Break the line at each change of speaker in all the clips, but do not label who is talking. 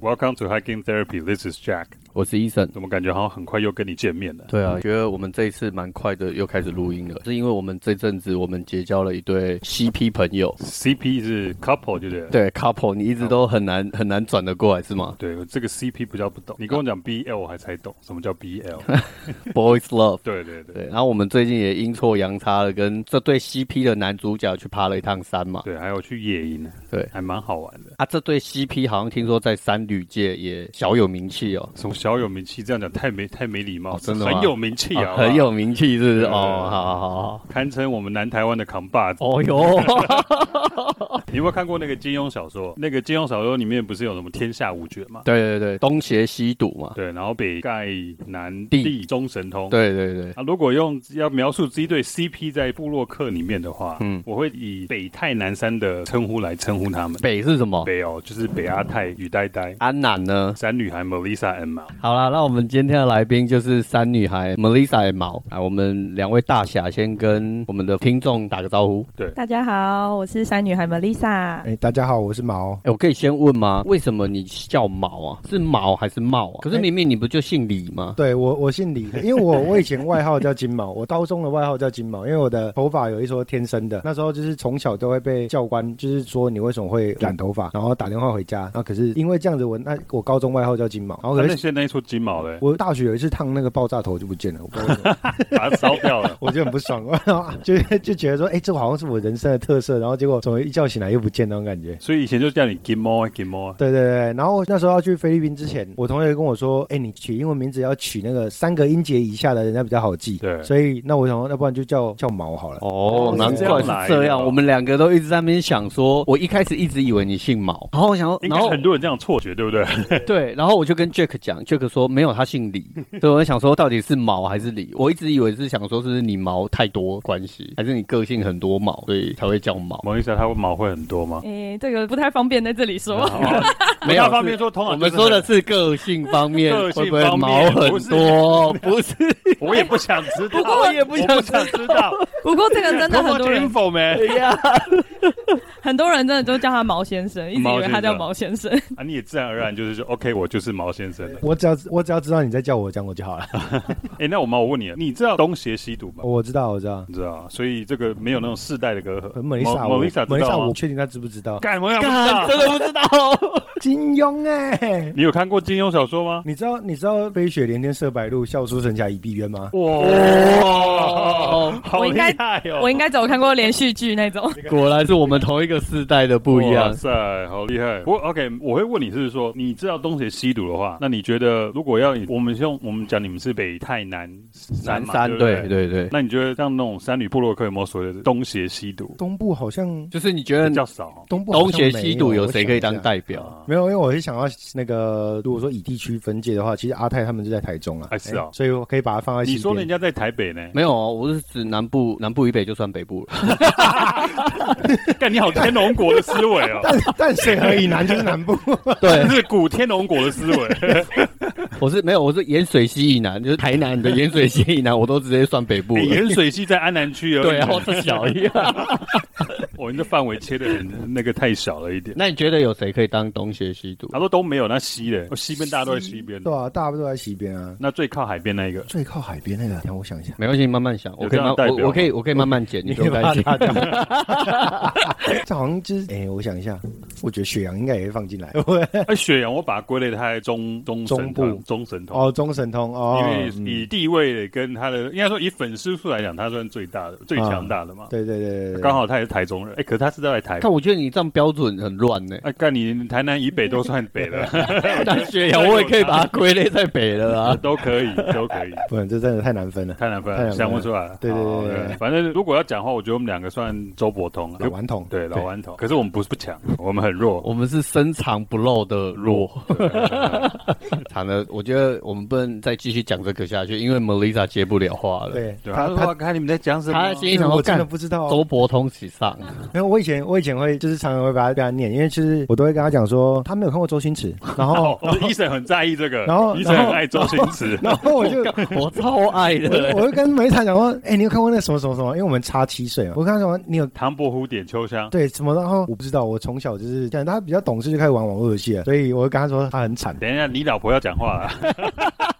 Welcome to Hiking Therapy. This is Jack.
我是医生。
怎么感觉好像很快又跟你见面了？
对啊，觉得我们这一次蛮快的，又开始录音了，是因为我们这阵子我们结交了一对 CP 朋友，
CP 是 couple 就对了。
对 couple，你一直都很
哦
难很难转得过来 是吗
对，这个 CP 比较不懂。你跟我讲 BL 我还才懂什么叫 BL。
？Boys love。
对对对
对，然后我们最近也阴错阳差的跟这对 CP 的男主角去爬了一趟山嘛。
对，还有去野营，
对
还蛮好玩的。
啊，这对 CP 好像听说在山旅界也小有名气哦，
什么小有名气，这样讲太没太没礼貌，
哦真的吗
很有名气啊，
啊很有，名气是不是？
对对
哦，好
对
好好好，
堪称我们南台湾的扛把子。
哦哟，
你有没有看过那个金庸小说？那个金庸小说里面不是有什么天下五绝嘛？
对对对，东邪西毒嘛，
对，然后北丐南
地
帝中神通。
对对对，
啊，如果用要描述这一对 CP 在部落客里面的话，
嗯
嗯，我会以北泰南山的称呼来称呼他们。
北是什么？
北哦，就是北阿泰与呆呆，
安南呢？
山女孩 Melissa M 嘛。
好啦，那我们今天的来宾就是三女孩 Melissa 和毛啊，我们两位大侠先跟我们的听众打个招呼。
大家好，我是山女孩 Melissa。
哎、大家好，我是毛。
哎、我可以先问吗？为什么你叫毛啊？是毛还是茂啊？可是明明你不就姓李吗？
对我，我姓李，因为我 我以前外号叫金毛，我高中的外号叫金毛，因为我的头发有一说天生的，那时候就是从小都会被教官就是说你为什么会染头发，然后打电话回家，然后可是因为这样子我，那我高中外号叫金毛，然后
那
可
啊那
是，
些那一出金毛嘞
我大学有一次烫那个爆炸头就不见了，我不知道为什么
把它烧掉了。
我就很不爽， 然后就就觉得说，哎、这好像是我人生的特色，然后结果怎么一觉醒来又不见那种感觉。
所以以前就叫你金毛金毛，
对对对，然后那时候要去菲律宾之前，我同学跟我说，哎，你取英文名字要取那个三个音节以下的，人家比较好记。
对
所以那我想说，要不然就叫叫毛好了。
哦，难怪
是这样来
是
的
这样。我们两个都一直在那边想说，我一开始一直以为你姓毛，然后哦我想说，
应
然
该
后
很多人这样错觉，对不对？
对，然后我就跟 Jack 讲，Jack 说没有，他姓李。对，我就想说到底是毛还是李？我一直以为是想说是不是你毛太多关系，还是你个性很多毛，所以才会叫 毛。
毛一下，它会毛会很多吗？哦
诶、这个不太方便在这 里说。
没有
不太方便说，通
我
常
们
就是
说的是个性方面，
个性
会不会
方面
毛很多？不是，
我也不想知道，
我也不想
我不想知道。
不过这个真的很多人
听，否没？
对呀，
很多人真的都叫他毛先生，一直以
毛
为
先
他叫
生
毛先生。
啊，你也自然而然就是说，OK，我就是毛先生了。
我只要我只要知道你在叫我这样我就好了。
哎，那我毛，我问你，你知道东邪西毒吗？
我知道，我知道。
你知道，啊所以这个没有那种世代的隔阂。
蒙丽莎，
蒙
我
丽莎知道啊
我
吗？
不确定他知不知道。
干，我想不知
干
道。
真的不知道。
金庸哎、
你有看过金庸小说吗？
你知道你知道飞雪连天射白鹿，笑书神侠倚碧鸳吗？
哇，好
我应
厉
该
害哦！
我应该只有看过连续剧 那种。
果然是我们同一个世代的不一
哇
样。
塞，好厉害！不过 OK，我会问你是说，你知道东邪西毒的话，那你觉得如果要你我们用我们讲你们是北太南山
南
嘛
山，
对不
对对对，
那你觉得像那种山女部落客有没有所谓的东邪西毒？
东部好像
就是你觉得
比较少哦啊
东部好像
东邪西毒
没
有谁可以
我
当
想一下
代表？
没有，因为我是想要那个，如果说以地区分界的话，其实阿泰他们就在台中啊，
哎是啊
哎所以我可以把它放在
你
西
说 人
边。
家在台北呢？
没有哦，我是指南部，南部以北就算 北部了。
干，你好天龙国的思维哦，
淡水河以南就是 南部，
对，
是古天龙国的思 维。
我是没有，我是盐水西以南，就是台南的盐水西以南，我都直接算北部
哎
了。
盐水系在安南区而已。
对啊，我是小 一啊。
我们的范围切的很那个太小了一点。
那你觉得有谁可以当东邪西毒？
他说都没有，那西嘞，哦西边大家都在西边。
对啊，大部分都在西边啊。
那最靠海边那一个，
最靠海边那个，让我想一下，
没关系，慢慢想，我可以慢，
有这样的代表
我
吗
我可以我可以慢慢剪，你不用
把
担心。
它拉掉。 这好像就是，哎，我想一下，我觉得雪阳应该也会放进来。
哎，雪阳我把它归类它在中中神
中部
通中神通，
哦，中神通哦
因，为以地位跟它的应该说以粉丝数来讲，它算最大的、最强大的嘛。
对对对对啊对，
刚好他也是台中人，哎，可是他是在台北
看，。我觉得你这样标准很乱呢、
哎，干你台南以北都算北 了，
但雪阳我也可以把它归类在北 了啊。
都可以，都可以。
不然这真的太难分了。
太难分
太
了，
难分了
想不出来了。
对对对
好
对对
OK 反正如果要讲话，我觉得我们两个算周伯通了
老，顽童，
对老顽童。可是我们不是不强，我们很弱。
我们是深藏不露的
哦
弱，惨了。我觉得我们不能再继续讲这个下去，因为 Melissa 接不了话了。
对，
对，
他他
看你们在讲什
他心里想
我
说
真的
干
不知道，
周伯通喜上，啊
没有，我以前我以前会就是常常会把他被他念，因为其实我都会跟他讲说他没有看过周 星驰，然后
哦，医生很在意这个，
然后
医生很爱周星驰，
然后我就
我超爱
我就
的，
我就跟梅灿讲说，哎、你有看过那什么什么什么？因为我们差七岁啊嘛，我跟他说你有
唐伯虎点秋香，
对什么？然后我不知道，我从小就是这样，他比较懂事就开始玩网络游戏了，所以我就跟他说他很惨。
等一下，你老婆要讲话了，啊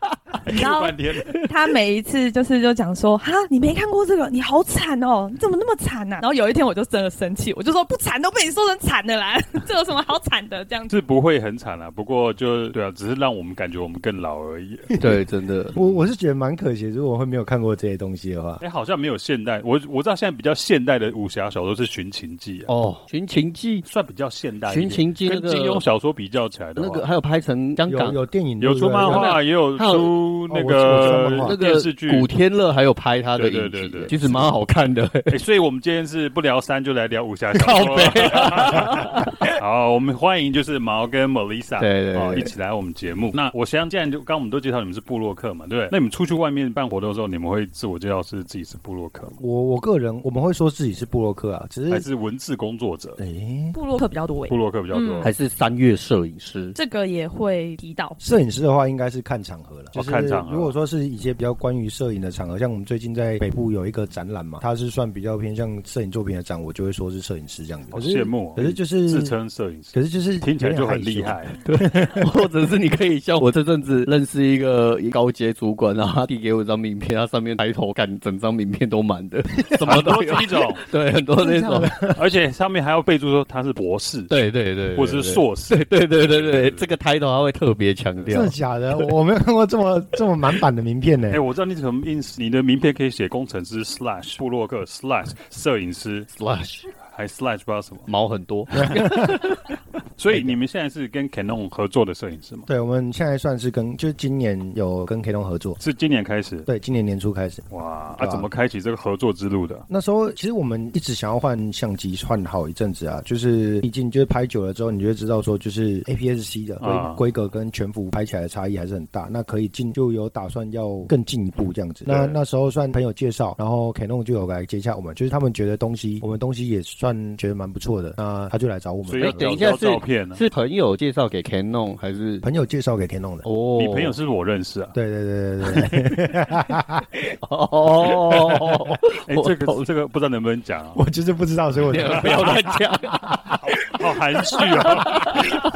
你知道
半天
他每一次就是就讲说哈，你没看过这个，你好惨哦，你怎么那么惨呐、然后有一天我就真的生气，我就说不惨都被你说成惨 的啦，这有什么好惨的？这样子
是不会很惨啊，不过就对啊，只是让我们感觉我们更老而已。
对，真的。
我我是觉得蛮可惜，如果我会没有看过这些东西的话，
哎、好像没有现代，我我知道现在比较现代的武侠小说是《寻秦记》啊，
哦，《寻秦记》
算比较现代一点。
寻秦记
跟
那个
金庸小说比较起来的话，
那个还有拍成香
有
港
有电影
有出漫画，也有
还有
出那
哦我知道我知
个
道
那
啊电
个
视剧。
古天乐还有拍他的
对对
影
对对
集，其实蛮好看的。
哎所以我们今天是不聊三，就来聊武侠小说。 好，我们欢迎就是毛跟 Melissa
对对对
哦一起来我们节目。那我想，既然就刚刚我们都介绍你们是部落客嘛，对不对？那你们出去外面办活动的时候，你们会自我介绍是自己是部落客吗？
我我个人我们会说自己是布洛克啊，只
还
是
是文字工作者？
哎、
部落客比较多耶
部落客比较多
嗯。
还是三月摄影师，
这个也会提到，
摄影师的话应该是看场合了，就是
哦看场合
如果说是一些比较关于摄影的场合，像我们最近在北部有一个展览嘛，它是算比较偏向摄影作品的展，我就会说是摄影师这样子。
好
可是
羡慕哦
可是就是
自称摄影师，
可是就是
听起来就很
有点
厉
害羞。
害。
或者是你可以像我这阵子认识一个高阶主管，然后他递给我一张名片，他上面抬头看，整张名片都满的，什么
很
都
多
有
这。一种，
对，很多那 种，
而且上面还要备注说他是博士，，
对对对，对
或者是，硕士。
对对对对对，这个 title 他会特别强
真
调
的。假的？我我没有看过这么这么满版的名片呢、
哎，我知道你怎么印，你的名片可以写工程师 slash 布洛克 slash 摄影师，
Slash
还 slash 不知道什么。
毛很多，
所以你们现在是跟 Canon 合作的摄影师吗？
对，我们现在算是跟，就是今年有跟 K 龙合作，
是今年开始？
对，今年年初开始。
哇，啊，
对啊
怎么开启这个合作之路的？
那时候其实我们一直想要换相机，换好一阵子啊，就是毕竟就是拍久了之后，你就会知道说，就是 APS-C 的规
啊
规格跟全幅拍起来的差异还是很大。那可以进就有打算要更进一步这样子。那
对
那时候算朋友介绍，然后 Canon 就有来接洽我们，就是他们觉得东西，我们东西也算觉得蛮不错的，那他就来找我
所以
们。
要
哎等一下
找
是
照片呢？
是朋友介绍给 Canon 还是？
朋友介绍给 Canon 的，
哦，
你朋友是不是我认识啊？
对对对对对对。
哦，
哎，
我
这个这个不知道能不能讲啊？
我就是不知道，所以我就
不要乱讲，
好含蓄哦，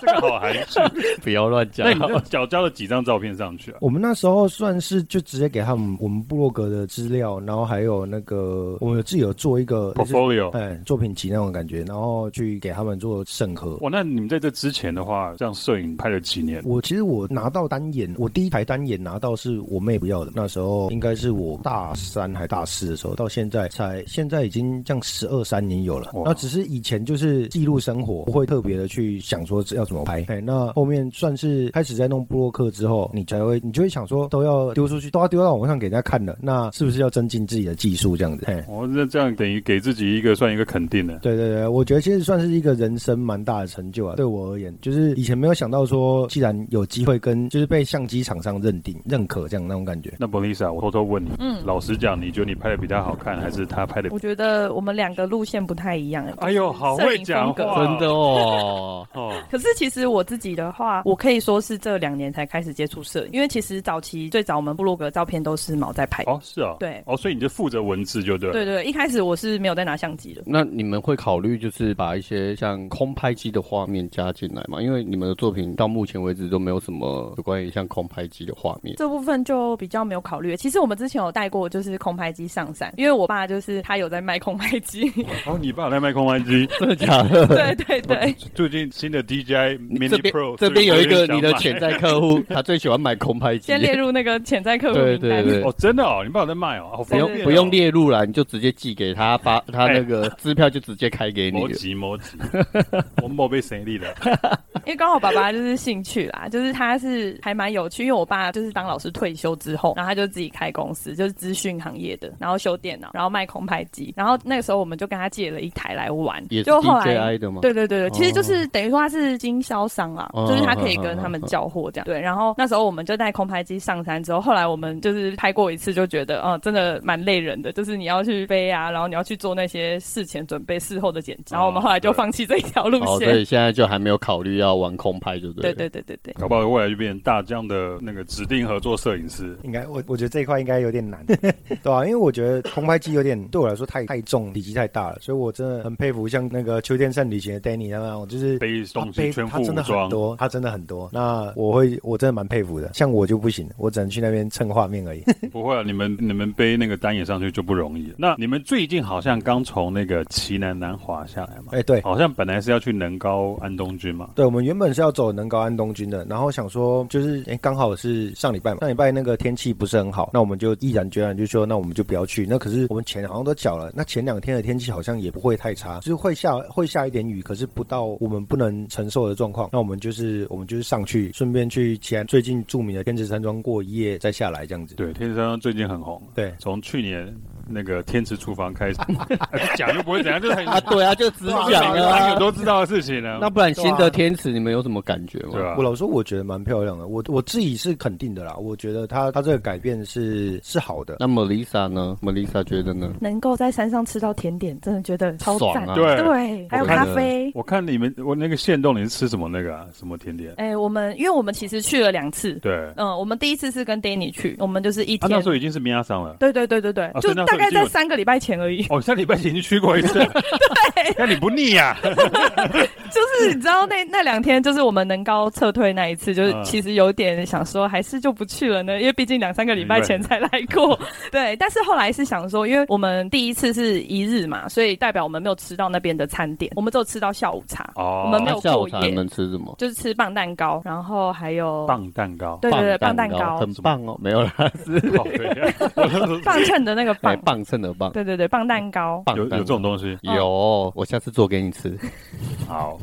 这个好含蓄。
不要乱讲
那。你那缴交了几张照片上去啊？
我们那时候算是就直接给他们我们部落格的资料，然后还有那个我们有自己有做一个就是
portfolio。
哎作品集那种感觉，然后去给他们做审核。
哇，那你们在这之前的话，这样摄影拍了几年？
我其实我拿到单眼，我第一台单眼拿到是我妹不要的，那时候应该是我大三还大四的时候，到现在才现在已经这样十二三年有了
哇。
那只是以前就是记录生活，不会特别的去想说要怎么拍。
哦
哎，那后面算是开始在弄布洛克之后，你才会你就会想说都要丢出去，都要丢到网上给人家看了，那是不是要增进自己的技术这样子？哎，
哦，那这样等于给自己一个算一个肯定的。
对对对，我觉得其实算是一个人生蛮大的成就啊。对我而言，就是以前没有想到说，既然有机会跟就是被相机厂商认定、认可这样那种感觉。
那 Melissa，我偷啊偷问你，
嗯，
老实讲，你觉得你拍的比他好看，还是他拍的？
我觉得我们两个路线不太一样耶。欸
哎呦，好会讲
摄影
话，啊
风
真的哦，
哦。
可是其实我自己的话，我可以说是这两年才开始接触摄影，因为其实早期最早我们部落格照片都是毛在拍。
哦，是哦，
对
哦，所以你就负责文字就对了。
对对，一开始我是没有在拿相机的。
那你们会考虑就是把一些像空拍机的画面加进来吗？因为你们的作品到目前为止都没有什么有关于像空拍机的画面。
这部分就比较没有考虑。其实我们之前有带过，就是空拍机上山，因为我爸就是他有在卖空拍机。
哦，你爸有在卖空拍机，哦
真的假的？
对对对，
最近新的 DJI
你
Mini
这边
Pro，
这边有一个
所以我
你
有点
的
想买
潜在客户，他最喜欢买空拍机
先，列入那个潜在客户
对
名
对
单。
对。
哦，真的哦，你爸有在卖哦，好
不
方便
用
哦
不用列入了，你就直接寄给他，发他那个支票就直接开给你
摩
了。
吉摩吉，我某被谁立的？
因为刚好爸爸就是兴趣啦，就是他是还蛮有趣，因为我爸就是当老师退休之后，然后他就自己开公司，就是资讯行业的，然后修电脑，然后卖空拍机，然后那个时候我们就跟他借了一台来玩，
也是
就后来。
DJI 的吗？
对对对对，其实就
哦
是等于说他是经销商啦，
哦
就是他可以跟他们交货这样。对，然后那时候我们就带空拍机上山之后，后来我们就是拍过一次，就觉得哦、真的蛮累人的，就是你要去飞啊，然后你要去做那些事前准备、事后的检查，然后我们后来就
哦对
放弃这一条路
哦，
线。
所以现在就还没有考虑要玩空拍，就对。
对对。对对对。
搞不好未来就变成大疆的那个指定合作摄影师。
应该我我觉得这一块应该有点 难，对啊，因为我觉得空拍机有点对我来说太太重，体积太大了，所以我真的很佩服像那个秋天善旅行的 Danny 那样，就是
啊背
他
东
背
西全
他
副
真
武
的很
装，
多，他真的很多。那我会我真的蛮佩服的，像我就不行，我只能去那边蹭画面而 已。
不会啊，你们你们背那个单眼上去就不容易了。那你们最近好像刚从那个旗南南华下来嘛？
哎，对。
好像本来是要去能高安东军嘛，
对，我们原本是要走能高安东军的，然后想说就是，哎，刚好是上礼拜嘛，上礼拜那个天气不是很好，那我们就毅然决然就说，那我们就不要去。那可是我们钱好像都缴了，那前两天的天气好像也不会太差，就是会下会下一点雨，可是不到我们不能承受的状况。那我们就是我们就是上去，顺便去其他最近著名的天池山庄过一夜，再下来这样子。
对，天池山庄最近很红，
对，
从去年那个天池厨房 开始，讲就不会怎样，就是 很
啊，对啊，就只讲
大家
啊。
都知道的事情了。
那不然
对啊
新的天池，你们有什么感觉吗？
对啊吧
我？老实说，我觉得蛮漂亮的，我我自己是肯定的啦。我觉得它它这个改变是是好的，
那 Melissa 呢？Melissa 觉得呢？
能够在山上吃到甜点，真的觉得超
爽
赞、
啊！
对
对，还有
我看
咖
着
啡。
我看你们我那个线洞，你是吃什么那个啊？什么甜点？
哎、我们因为我们其实去了两次，
对，啊，
嗯，我们第一次是跟 Danny 去，我们就是一天，
那时候已经是米亚桑了。
对对对对对，
啊所
就
以那时候
大概
已经有
在三个礼拜前而已。
哦，上礼拜已经去过一次， 对，那你不腻啊呀？
就是你知道那那两天，就是我们能高撤退那一次，就是
嗯
其实有点想说还是就不去了呢，因为毕竟两三个礼拜前才来过， 对。但是后来是想说，因为我们第一次是一日嘛，所以代表我们没有吃到那边的餐点，我们只有吃到下午茶，
哦，
我们没有
那下午
过
茶
夜
你们吃什么？
就是吃棒蛋糕，然后还有
棒蛋糕，
对对对，棒蛋
蛋
糕，
很棒哦，没有啦，
哦 对
磅秤的那个
哎
磅，
磅秤的磅，
对对对，磅蛋糕。
棒
有有
蛋
这种东西，
嗯
有，我下次做给你吃。
好，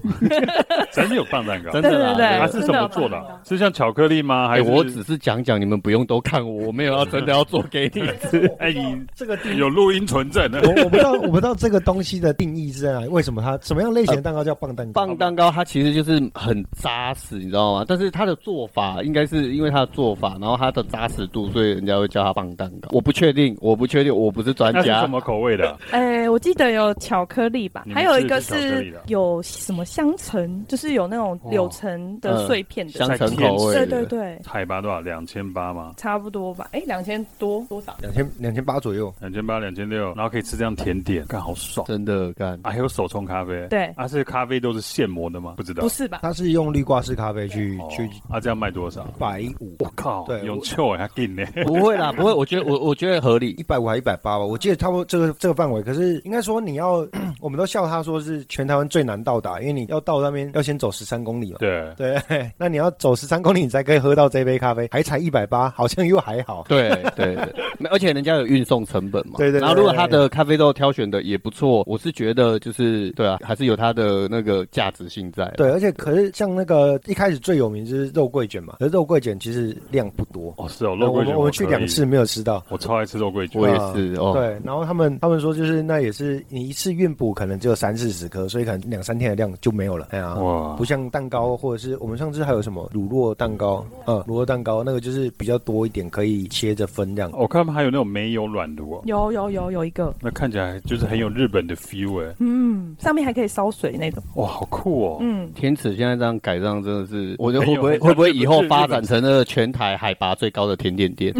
真的有棒蛋糕，
真
对
的
对
啦
对，
它
哎
是
真
什
的
么
有
做
磅蛋
的
糕？
是像巧克力吗？还
哎，
是。
我只是讲讲，你们不用都看我，我没有要 真的要做给你 吃
哎，你
这个定义
有录音存 证的，
我我不知道，我不知道这个东西的定义是在哪里，为什么它什么样类型的蛋糕叫棒蛋糕？
棒蛋糕它其实就是很扎实，你知道吗？但是它的做法应该是因为它的做法，然后它的扎实度，所以人家会叫它棒蛋糕。我不确定，我不确定，我不是专
那是什
家。
么口味的？
哎，我记得有巧克力吧，
你们
还有一个
吃的是巧克力
是
的
有什么香橙，就是有那种柳橙的碎片
哦
的，
香橙口味
对
的，
对对，
海拔多少？两千八吗？
差不多吧。哎，两千多多少？
两千两千八左右，
两千八、两千六，然后可以吃这样甜点，看好爽
真的 干。
啊！还有手冲咖啡，
对
啊，是咖啡都是现磨的吗？不知道
不，是吧？
它是用绿挂式咖啡去
哦
去
啊，这样卖多少？
百五。
我靠，
对
有
我
臭欸还劲呢！
不会啦，不会，我觉得我我觉得合
一
理。
百五还一百八吧，我记得差不多这个这个范围。可是应该说你要， 我们都笑他说是全台湾最难到达，因为你要到那边要先走十三公里嘛。
对，
对， 那你要走十三公里，你才可以喝到这杯咖啡，还才一百八，好像又还好。
对对对，没而且人家有运送成本嘛。
对对对
然后如果他的咖啡豆挑选的也不错，我是觉得就是对啊，还是有它的那个价值性在。啊
对，而且可是像那个一开始最有名就是肉桂卷嘛，可是肉桂卷其实量不多，
哦，是哦，肉
我
桂
们
卷
我们
可
去
以
两次，没有吃到。
我超爱吃肉桂卷
我，也是哦。
嗯对，然后他们他们说就是那也是你一次运补可能只有三四十颗，所以可能两三天的量就没有了。哎呀，
哇
不，像蛋糕或者是我们上次还有什么乳酪蛋糕，嗯，乳酪蛋糕那个就是比较多一点，可以切着分这样。
我看他们还有那种没有软的哦，
有有有有一个，
那看起来就是很有日本的 feel 哎，
嗯，上面还可以烧水那种，
哇，好酷哦！
嗯，
天池现在这样改让真的是，我觉得
没
会
有
不会
没有
会不会以后
日本
发展成了全台海拔最高的甜点店？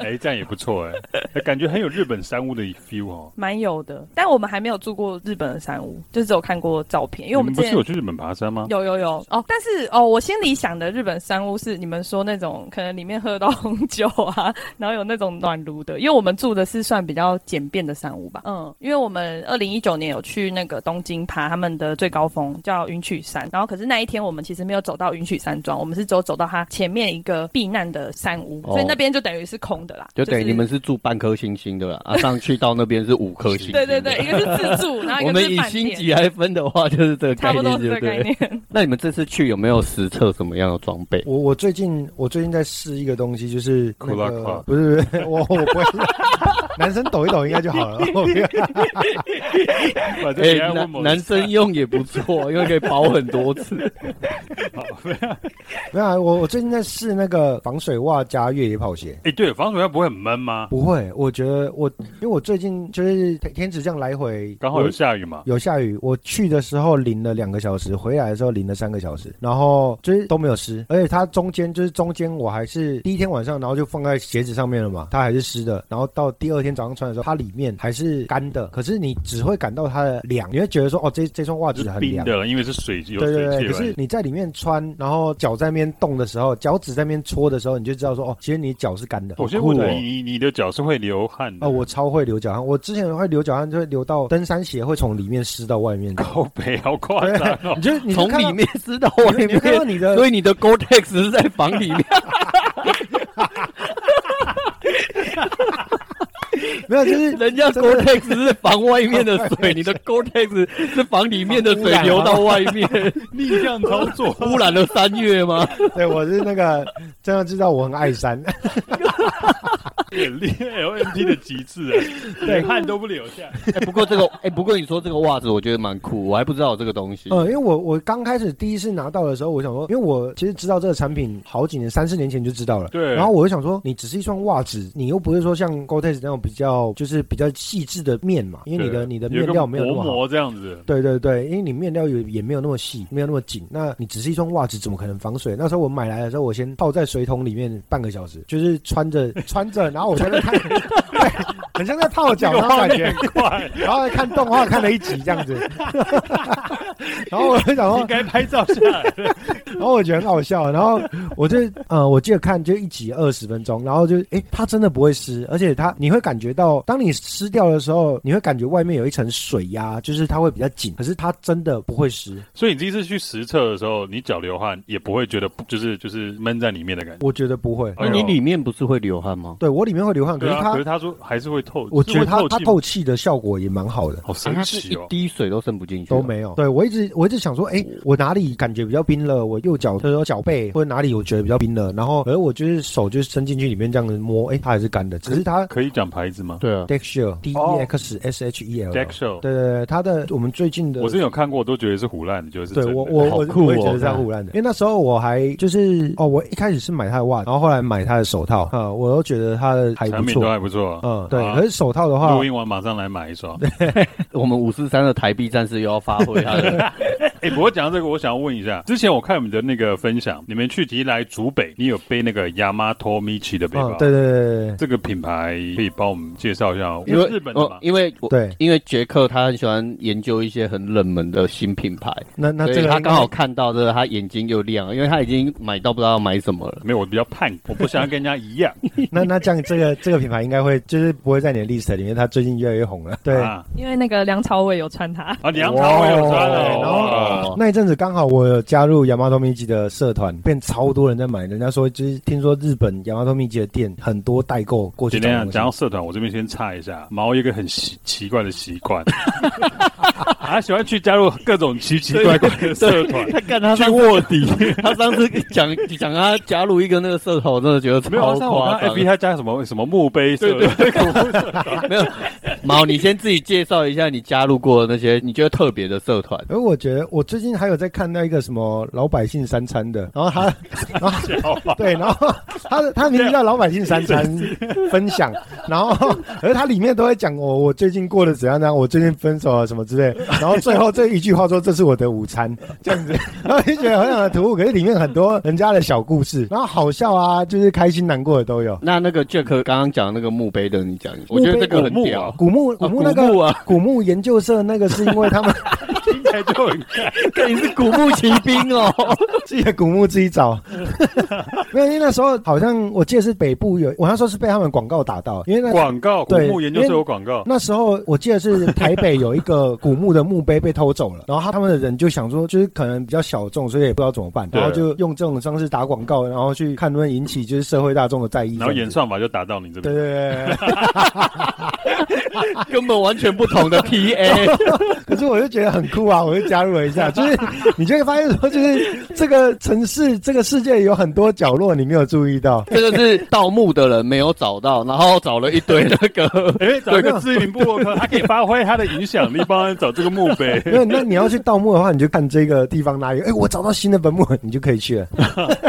哎，这样也不错 哎，哎感觉很有日本山屋的 feel 哦。
蛮有的。但我们还没有住过日本的山屋，就只有看过照片，因为我
你
们
不
之
是
前
有去日本爬山吗？
有有有哦，但是哦，我心里想的日本山屋是你们说那种可能里面喝到红酒啊， 然后有那种暖炉的，因为我们住的是算比较简便的山屋吧。嗯，因为我们二零一九年有去那个东京爬他们的最高峰叫云曲山，然后可是那一天我们其实没有走到云曲山庄，我们是只有走到它前面一个避难的山屋，
哦
所以那边就等于是空的啦，
就等于
是
你们是住半颗星星的啦，啊，上去到那边是五颗星星。
对对对，，一个是自助，然后一
我
个就
们以
是饭
星
店，
级来分的话，就是这个概
差不
念，
多
对
是这
不
个
对？
概念。
那你们这次去有没有实测什么样的装备？
我我最近我最近在试一个东西，就是那
酷啦
个
酷啦
不是不是 我我不会，男生抖一抖应该就 好了。我没有
反正
哎、
你要啊问
男
我
男
啊
生用也不错，因为可以保很多次。
好
没有啊，我我最近在试那个防水袜加越野跑鞋。
哎，对，防水袜不会很闷吗？
不会，我觉得我因为我最近就是天天子这样来回，
刚好有
我
下雨嘛，
有下雨，我去的时候淋了两个小时，回来的时候淋了三个小时，然后就是都没有湿，而且它中间就是中间我还是第一天晚上，然后就放在鞋子上面了嘛，它还是湿的，然后到第二天早上穿的时候，它里面还是干的，可是你只会感到它的凉，你会觉得说哦，这这双袜
是
子很
冰
凉。
的，因为是水有
对
水汽
对对，可是哦
嘛。
你在里面穿，然后脚在那边动的时候，脚趾在那边搓的时候，你就知道说哦，其实你脚是干的。
我先
好
问
酷哦
你，你你的脚是会流汗的
哦，我超会流脚汗，我之前会流脚汗，就会流到登山鞋会从里面湿到外面的。
靠北好夸张 哦
你！就你就
从
看到
里面吃到外
你
面
就，看到你的，
所以你的 Gore-Tex 是在房里 面。
没有就是
人家
真的
Gore-Tex 是防外面的 水，你的 Gore-Tex 是防里面的水流到外面，
逆向操作，
污染了三月吗？
对我是那个，真的知道我很爱山，
练 LMT 的极 致啊，连汗都不流下。
哎不过这个，哎、不过你说这个袜子，我觉得蛮酷，我还不知道有这个东西。
呃，因为我我刚开始第一次拿到的时候，我想说，因为我其实知道这个产品好几年，三四年前就知道了。
对
然后我就想说，你只是一双袜子，你又不是说像 Gore-Tex 那种比较就是比较细致的面嘛，因为你的
对
你的
有一
面
个
料没有那
薄
么好。
膜这样子，
对对对，因为你面料也也没有那么细，没有那么紧，那你只是一双袜子，怎么可能防水？那时候我买来的时候，我先泡在水桶里面半个小时，就是穿着 穿着，然后我在那看，对，很像在泡
这
脚
个
那种
画
感觉
面，很快，
然后还看动画看了一集这样子， 然后我就想
应
说，
该拍照下来。
然后我觉得很好笑，然后我就呃，我记得看就一集二十分钟，然后就诶，它真的不会湿，而且它你会感觉到，当你湿掉的时候，你会感觉外面有一层水压，就是它会比较紧，可是它真的不会湿，
所以你第一次去实测的时候，你脚流汗也不会觉得不就是就是闷在里面的感觉。
我觉得不会。
哎呦
你里面不是会流汗吗？
对我里面会流汗，可
对
是
啊，
它
可是，他说还是会透，
我觉
是会
得它它
气吗
透气的效果也蛮好的。
好
啊
神
它是
奇
一
哦。
滴水都渗不进去，啊
都。没有。对我一直我一直想说，哎、
嗯
我哪里感觉比较冰了？我右脚就是说脚背或者哪里我觉得比较冰了，然后而我就是手就伸进去里面这样子摸，哎、它还是干的，只是它
可以哦讲牌子吗
对啊，
Dexhel D E X S H E L，
d e x h o
对对对，它的我们最近的
我之前有看过，都觉得是胡乱的，就是
对
真的
我我我
好酷哦
我也觉得是在胡乱的，因为那时候我还就是哦，我一开始是买他的袜，然后后来买他的手套，啊、我又觉得他的还
产
不
品都
错，
还不错啊。
嗯，对，
好
可是手套的话
录，音完马上来买一双。
我们五四三的台币战士又要发挥他 的，
哎、不过讲到这个，我想要问一下，之前我看你们的那个分享，你们去提来竹北，你有背那个 Yamato Michi 的背包？
嗯，对对对对
这个品牌可以帮我们介绍一下吗，
因为
日本的
哦
嘛。
因为我
对，
因为杰克他很喜欢研究一些很冷门的新品牌，
那那
所
这
以
个
他
应该
刚好看到这个，他眼睛又亮了，因为他已经买到不知道要买什么了。
没有，我比较叛逆，我不想要跟人家一样。
那那这样，这个这个品牌应该会就是不会在你的 list 里面，它最近越来越红了。对，
啊，
因为那个梁朝伟有穿它，
啊梁朝伟有穿
哇
哦，
然后
哦
那一阵子刚好我有加入亚麻多米吉的社团，变超多人在买。人家说就是听说日本亚麻多米吉的店很多代购过去
今
找
天啊
东西
讲到社团，我这边先插一下，毛有一个很奇奇怪的习惯， 他喜欢去加入各种奇奇怪怪的社团，
他干他
去
上
卧底。
他上次讲讲他加入一个那个社团，我真的觉得
没有啊，
超
像我看 F
夸张
B。他加什么什么墓碑社，对对
没有，毛，你先自己介绍一下你加入过的那些你觉得特别的社团。
而哎我觉得我最近还有在看到一个什么老百姓三餐的，然 后他，然后对，然后他的他的名字叫老百姓三餐分 享，然后而他里面都会讲我我最近过得怎样怎样，我最近分手啊了什么之类，然后最后这一句话说这是我的午餐 这样子，然后就觉得很想突兀，可是里面很多人家的小故事，然后好笑啊，就是开心难过的都有。
那那个 Jack 刚刚讲的那个墓碑的，你讲一下，我觉得这 个很
墓碑
屌。
古墓古墓那
啊古
个
墓啊
古墓研究社那个是因为他们
听起来就 很
看你是古墓奇兵哦，
自己的古墓自己找，没有，因为那时候好像我记得是北部有，我那时候是被他们广告打到，因为那
广告，古
对
墓研究所有广告，
那时候我记得是台北有一个古墓的墓碑被偷走了，然后他们的人就想说，就是可能比较小众，所以也不知道怎么办，
对
然后就用这种方式打广告，然后去看论引起就是社会大众的在意，
然后
这
演
样子
算法就打到你这
对
边。
对对对，
根本完全不同的 TA，
可是我就觉得很酷啊，我就加入了一 下。就是你就会发现说，就是这个城市、这个世界有很多角落你没有注意到。
这个是盗墓的人没有找到，然后找了一堆那个
哎、找一个知名部落 客，他可以发挥他的影响力，帮人找这个墓碑。
没有，那你要去盗墓的话，你就看这个地方哪里有，哎、我找到新的本墓，你就可以去 了。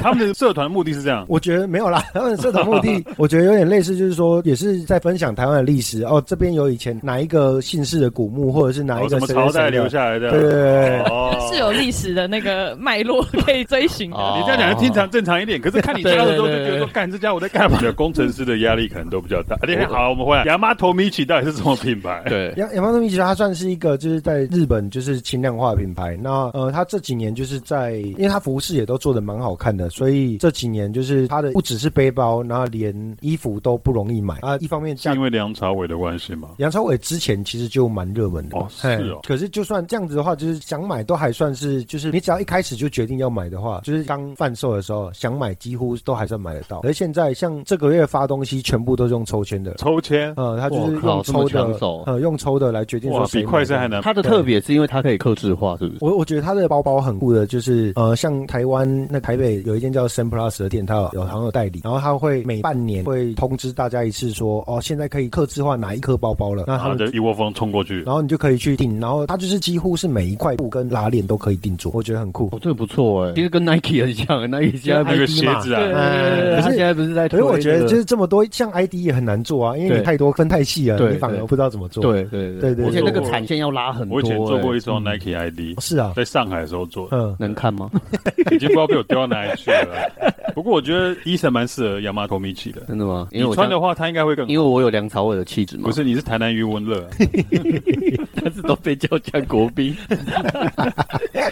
他们的社团目的是这样，
我觉得没有啦， 他们社团目的，我觉得有点类似，就是说也是在分享台湾的历史哦。这边有以前哪一个姓氏的古墓，或者是哪一
哦，
个
什
谁
么朝代
谁谁的
留下来的？
对对对 对
哦
是有历史的那个脉络可以追寻的。
哦
你这样讲听常正常一点，可是看你加的时候就觉得说，干这家我在 干嘛？工程师的压力可能都比较大。哎等一下好，我们回来。亚麻头米奇到底是什么品 牌？
对。
亚亚麻东米奇它算是一个就是在日本就是轻量化的品牌。那呃，它这几年就是在，因为它服饰也都做的蛮好看的，所以这几年就是它的不只是背包，然后连衣服都不容易买啊。一方面
是
价
因为梁朝伟的关系吗？
杨超伟之前其实就蛮热门的
哦是哦
嘿可是就算这样子的话，就是想买都还算是，就是你只要一开始就决定要买的话，就是刚贩售的时候想买几乎都还算买得到。而现在像这个月发东西全部都是用抽签 的，
抽签，
呃，他就是
我靠
用
这么
抽
抢
的
手，
呃，用抽的来决定
哇
说，
比
谁
快
买
餐还难。
它的特别是因为它可以克制化，是不是？
我我觉得它的包包很酷的，就是呃，像台湾那台北有一间叫 Sen Plus 的店，它有有好像有代理，然后它会每半年会通知大家一次说，哦，现在可以客制化哪一颗包包了，那
然
他
后
们
就一窝蜂冲过去。
然后你就可以去定，然后它就是几乎是每一块布跟拉链都可以定做，我觉得很酷。
哦，这个不错哎，其实跟 Nike 很像，Nike 现在
那个鞋子啊，
对
可
他现
是
在不是在
哎可
推
是
那个，
我觉得就是这么多，像 ID 也很难做啊，因为
对
你太多分太细了，
对
你反而
对
不知道怎么做。，
对对
对对
而且
我
那个
做过
产线要拉很多。
我以前做过
哎
一双 Nike ID，
是啊，
在上海的时候做的，
嗯，
能看吗？
已经不知道被我丢到哪里去 了。不过我觉得伊森蛮适合亚麻头米奇的，
真的吗？因
你
为我
穿
像
的话他应该会更好。
因为我有梁朝伟的气质嘛，
不是，你是台南余文 乐。
但是都被叫像国宾。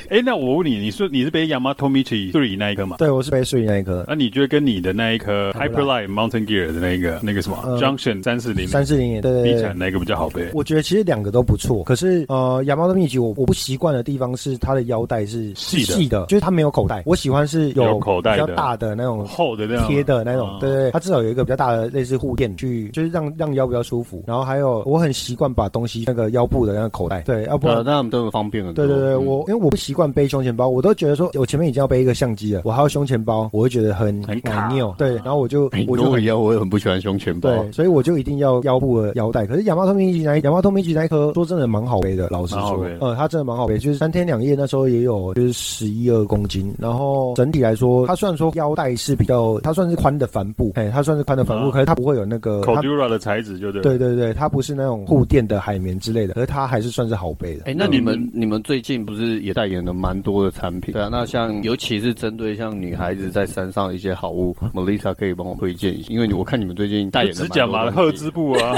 哎，那我问你，你是你是背亚麻头米奇 three 那一个吗？
对，我是背睡那一颗
那、你觉得跟你的那一颗
差不多
Hyperlight Mountain Gear 的那个那个什么、
呃
Junction 三四零
三呃四零也对对
比
对
起来，哪个比较好背？
我觉得其实两个都不错，可是呃，亚麻的秘籍我我不习惯的地方是它的腰带是
细的
细的，就是它没有口袋。我喜欢是有
有口袋
比
的哦
较大的那种
厚的那样
贴的那
哦
种，对对，对它至少有一个比较大的类似护垫去，就是让让腰比较舒服。然后还有我很习惯把东西那个腰部的那个口袋，对，要 不
对啊，
然。
那我们都很方便很多。
对对对，
嗯
我因为我不习惯背胸前包，我都觉得说，我前面已经要背一个相机了，我还有胸前包，我会觉得很
很卡
难拗。对，然后我就
哎
我
跟
就
我
很
一样，我也很不喜欢胸前包。
对，哦所以我就一定要腰部的腰带。可是亚麻透明级那一亚麻透明级那一颗说真的蛮好背的，老实
蛮好
说
背的，
呃，它真的蛮好背，就是三天两夜那时候也有就是十一二公斤。然后整体来说，它虽然说腰带是比较，它算是宽的帆布，哎，它算是宽的帆布，
啊
可是它不会有那个它
Cordura 的材质就对了。
对对对，它不是那种护垫的海绵之类的，而它还是算是好背的。
哎，那
那
你
你们
们你们最近不是也代言了蛮多的产品？对啊，那像尤其是针对像女孩子在山上的一些好物，Melissa 可以帮我推荐一下，因为你我看你们最近代言
指
的
甲嘛，赫兹
兹
布啊，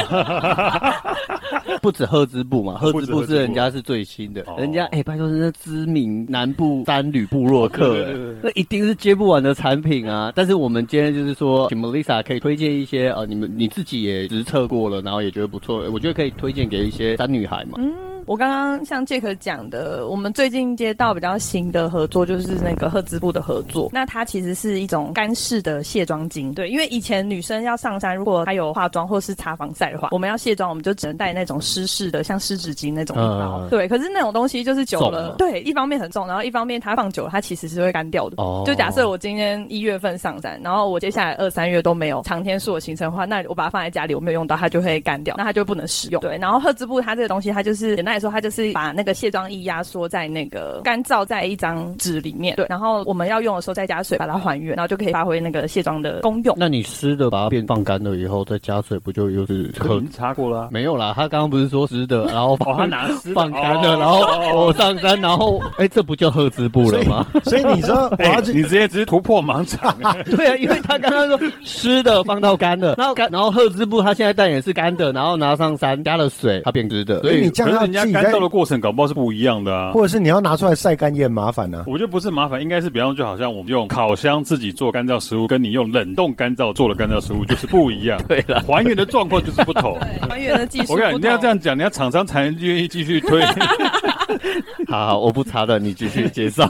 不止赫兹布嘛，赫兹布
不止赫兹布
是人家是最新的
哦，
人家哎拜托，人家知名南部三旅部落客
对对对对，
那一定是接不完的产品啊。但是我们今天就是说，请 Melissa 可以推荐一些呃，你们你自己也实测过了，然后也觉得不错，我觉得可以推荐给一些山女孩嘛。
我刚刚像杰克讲的，我们最近接到比较新的合作，就是那个赫兹布的合作。那它其实是一种干式的卸妆巾，对，因为以前女生要上山，如果她有化妆或是擦防晒的话，我们要卸妆，我们就只能带那种湿式的，像湿纸巾那种
嗯
包。
嗯嗯
对，可是那种东西就是久
重
了
嘛，
对，一方面很重，然后一方面它放久了，它其实是会干掉的。
哦
就假设我今天一月份上山，然后我接下来二三月都没有长天数的行程的话，那我把它放在家里，我没有用到，它就会干掉，那它就不能使用。对，然后赫兹布它这个东西，它就是简单来说，它就是把那个卸妆液压缩在那个干燥在一张纸里面，对，然后我们要用的时候再加水把它还原，然后就可以发挥那个卸妆的功用。
那你湿的把它变放干了以后，再加水，不就又是
可
可
能擦过了、啊。
没有啦？他刚刚不是说湿的，然后
哦，他
放
拿湿的
放干了，
哦
然后我上山，然 后哎，这不就赫兹布了吗？
所以 你说我
哎、
要去
你直接只是突破盲场、
对啊，因为他刚刚说湿的放到干 的，然后干，然后赫兹布他现在代言是干的，然后拿上山加了水，它变湿的。所
所以
以
你
可
这
是
样要
人家
自己
干
在
燥，的过程搞不好是不一样的啊。
或者是你要拿出来晒干也很麻烦啊呢、
我觉得不是麻烦，应该是比方就好像我们用烤箱自己做干燥食物，跟你用冷冻干燥做的干燥食物就是不一样，
对了，
还原的状况就是不 同。
对， 还原的技术
我
不
跟你讲，
同。
你要这样讲，人家厂商 才愿意继续推。啊
好好，我不查了，你继续介绍。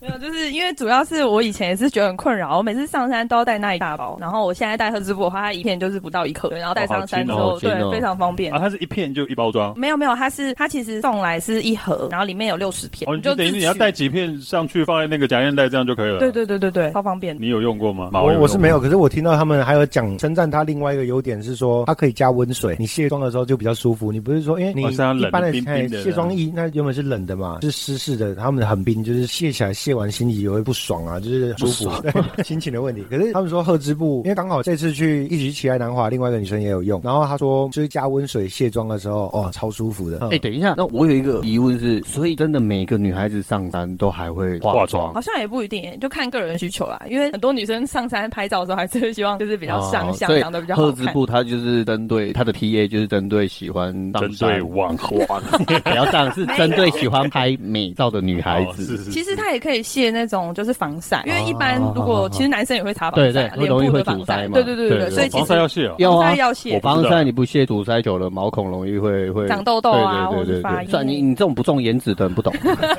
没有，就就是因为主要是我以前也是觉得很困扰，我每次上山都要带那一大包，然后我现在带赫兹布的话，它一片就是不到一克，对然后带上山之
哦
后，
好轻
对
哦，
非常方便
啊，。它是一片就一包装，
没有没有，它是它其实送来是一盒，然后里面有六十片，
哦，你就
自
等于你要
取
带几片上去，放在那个夹链袋这样就可以
啊
了。
对，对对对对，超方便。
你有用过吗？毛
我我是没有，
用过。
可是我听到他们还有讲称赞它另外一个优点是说它可以加温水，你卸妆的时候就比较舒服。你不是说因为你
哦是它冷
一般的
冰冰
哎
的
卸妆液那原本是冷的嘛，是湿湿的，他们很冰，就是卸起来卸完心里也会不爽啊，就是舒 服对心情的问题。可是他们说赫兹布，因为刚好这次去一起去奇莱南华，另外一个女生也有用，然后她说就是加温水卸妆的时候，哦，超舒服的。嗯
哎、等一下，那我有一个疑问是，所以真的每个女孩子上山都还会化
化
妆
妆？
好像也不一定耶，就看个人需求啦。
嗯
因为很多女生上山拍照的时候，还是会希望就是比
比
较上相，
哦所以
长得比较好
赫兹
看。
布他就是针对他的 TA 就是针对喜欢上
针
山
对，网红啊
不要上是针对喜欢拍美照的女孩
哦
子。
是是，
其实它也可以卸那种就是防晒，因为一般
哦
如果
哦
其实男生也会擦防
对对
晒啊，
会
脸
容易
部
会
的
堵
防
塞
晒，
嘛
对对对
对
对，所以
我
其
防晒
实
要卸哦。
要
防
啊
晒，要
我
卸
不。知道
防晒你不卸堵塞久了，毛孔容易会会
长痘痘啊
对对对
或者发
对对
炎
算你你这种不种颜值的人不懂，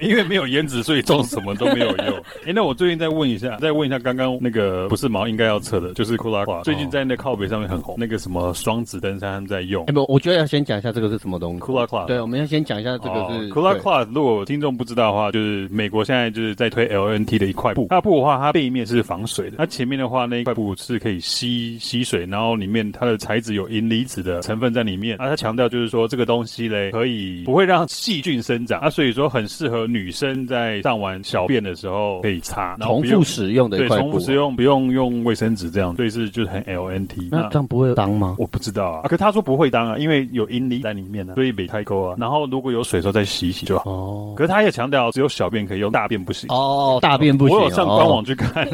因为没有颜值，所以种什么都没有 用。哎、那我最近再问一下，再问一下，刚刚那个不是毛应该要测的，就是库拉
哦
挂，最近在那靠北上面很红，那个什么双子登山他们在用
哎、。不，我觉得要先讲一下这个是什么东西。
Kula Club
对，我们要先讲一下这个是。
库拉
对
挂，哦如果听众不知道的话，就是美国现在就是在推 LNT 的一块布，那布的话，它背面是防水的，它前面的话那一块布是可以吸吸水，然后里面它的材质有银离子的成分在里面。那啊它强调就是说这个东西嘞，可以不会让细菌生长，啊，所以说很适合女生在上完小便的时候可以擦，然后不
重复
用
使用的一
对，
块
重
布啊
复，使用不用用卫生纸这样，所以是就是很 LNT。
那
那
这样不会脏吗？
我不知道啊，啊可他说不会当啊，因为有阴离在里面呢、所以没开沟啊。然后如果有水的时候再洗一洗就好。
哦
可是他也强调，只有小便可以用，大便不行。
哦，大便不行。
我有上
哦
官网去看，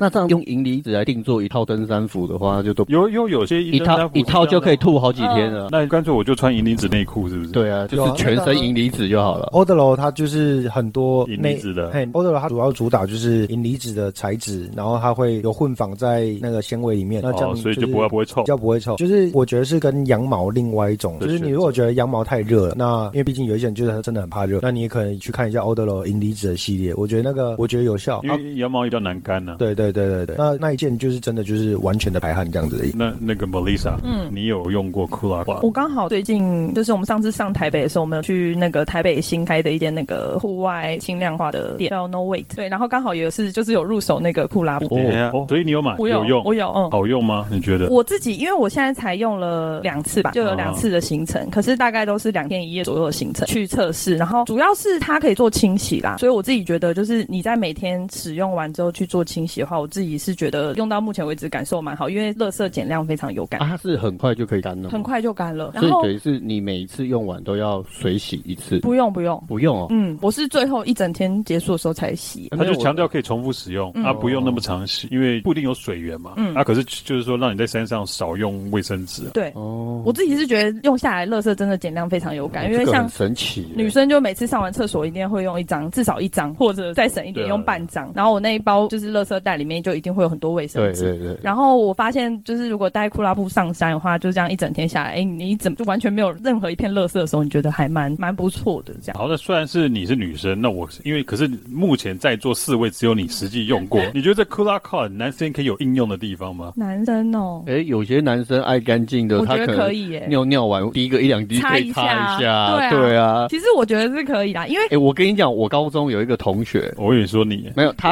那这样用银离子来定做一套登山服的话，就都
有有有些
一套一套就可以。吐好几天了。
那干脆我就穿银离子内裤，是不是？，
对
嗯
啊，就
有啊
是全身银离子就好了。
欧德罗它就是很多
银
内
离子的
嘿，欧德罗它主要主打就是银离子的材质，然后它会有混纺在那个纤维里面，那这样
哦，所以
就
就是不会不会臭
比。较不会臭。就是我觉得是跟羊毛另外一种，
的
就是你
选择
如果觉得羊毛太热了，那因为毕竟有一些人就是真的很怕热，那你也可能去看一下欧德罗银离子的系列，我觉得那个我觉得有效。
因
啊
为羊毛也比较难干啊呢。
对对对对对，那那一件就是真的就是完全的排汗这样子的衣服。
那那个 Melissa，嗯，你有用过库拉挂？
哦
我刚好最近就是我们上次上台北的时候，我们有去那个台北新开的一间那个户外轻量化的店叫 No Wait，对，然后刚好也是就是有入手那个库拉布，
等一下哦，所以你有买？
我有
用
我，有嗯。
好用吗？你觉得？
我自己，因为我现在才用了两次吧，就有两次的行程，可是大概都是两天一夜左右的行程去测试。然后主要是它可以做清洗啦，所以我自己觉得，就是你在每天使用完之后去做清洗的话，我自己是觉得用到目前为止感受蛮好，因为垃圾减量非常有感，
啊，它是很快就可以干的吗，
很快就干了。
所
然
以
后
等于是你每一次用完都要水洗一次，
不用不用，
不用哦。
嗯，我是最后一整天结束的时候才洗。
他就强调可以重复使用，
嗯
啊，不用那么常洗，因为不一定有水源嘛。
嗯
啊，可是就是说让你在山上少用卫生纸。
对，
哦，
我自己是觉得用下来，垃圾真的减量非常有感，因为
哎这个
像
很神奇耶，
女生就每次上完厕所一定会用一张，至少一张，或者再省一
对
点
啊
用半张。然后我那一包就是垃圾袋里面就一定会有很多卫生
对
纸。
对对，
然后我发现，就是如果带库拉布上山的话，就这样一整天下来，哎，你怎么就完全没有任何一片垃圾的时候，你觉得还蛮蛮不错的这样。
好，那虽然是你是女生，那我因为可是目前在座四位只有你实际用过，你觉得这 Kula Card 男生可以有应用的地方吗？
男生哦，
哎，有些男生爱干净的，
我
他
觉得
可
可
能
以耶。
尿尿完滴个一两滴可
擦
以
一
擦
下
一下，
对啊
对啊。
其实我觉得是可以啦，因为
哎，我跟你讲，我高中有一个同学，
我以为说你，
没有 他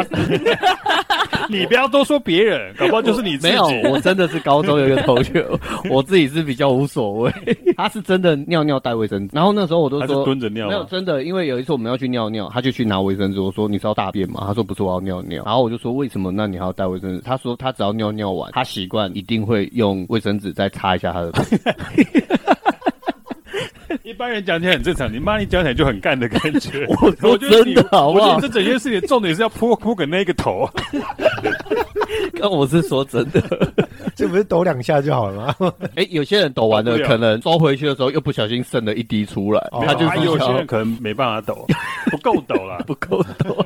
你不要多说别人，搞不好就是你自己。
没有，我真的是高中有一个同学，我自己是比较无所谓。他是真的尿尿带卫生纸，然后那时候我都
还是
说
蹲着尿啊
没有
吗？
真的，因为有一次我们要去尿尿，他就去拿卫生纸，我说你是要大便吗？他说不是，我要尿尿。然后我就说为什么？那你还要带卫生纸？他说他只要尿尿完，他习惯一定会用卫生纸再擦一 下他的。
一般人讲起来很正常，你妈你讲起来就很干的感觉。我
说
觉得
真
你
的好不好
我觉得这整件事情的重点是要扑扑给那个头。
但我是说真 的，
这不是抖两下就好了吗？
哎，有些人抖完了
抖不，了
可能收回去的时候又不小心渗了一滴出来，
哦
他就
啊有
是
些
想
人可能没办法抖，不够抖啦。
不够抖。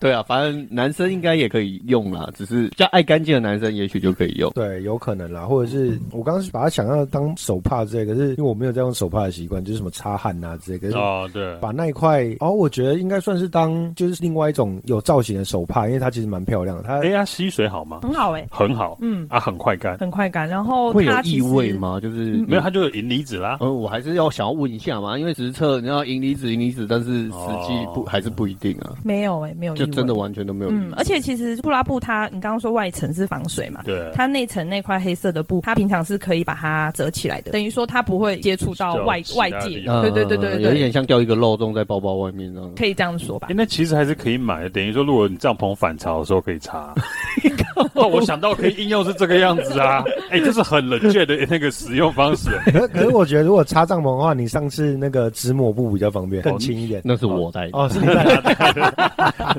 对啊，反正男生应该也可以用啦，只是比较爱干净的男生也许就可以用。
对，有可能啦，或者是
嗯
我刚刚是把它想要当手帕之类，可是因为我没有在用手帕的习惯，就是什么擦汗啊之类，可是
哦，对，
把那一块，哦，我觉得应该算是当就是另外一种有造型的手帕，因为它其实蛮漂亮的。它
哎，它吸水好吗？
很好哎、
很好
嗯，
啊，很快干，
很快感。然后
会有
它其
异
实
味？吗？就是
没有，它就有银离子啦。
呃，我还是要想要问一下嘛，因为实测你要银离子银离子，但是实际不、
哦
还是不一定啊，
没有哎、没有异
就
味。
真的完全都没有意义。
嗯，而且其实布拉布它，你刚刚说外层是防水嘛，
对，
它内层那块黑色的布，它平常是可以把它折起来的，等于说它不会接触到
就
外
其他
外
的
界
地。
呃
对对对对
有一
对，
点像掉一个漏洞在包包外面这样。
可以这样说吧
哎，。那其实还是可以买的，等于说如果你帐篷反潮的时候可以擦。 哦，我想到可以应用是这个样子啊，哎，这是很冷却的那个使用方式。
可是可是我觉得如果擦帐篷的话，你上次那个纸抹布比较方便，更轻一点。
哦那是我带的，
哦，是你带的，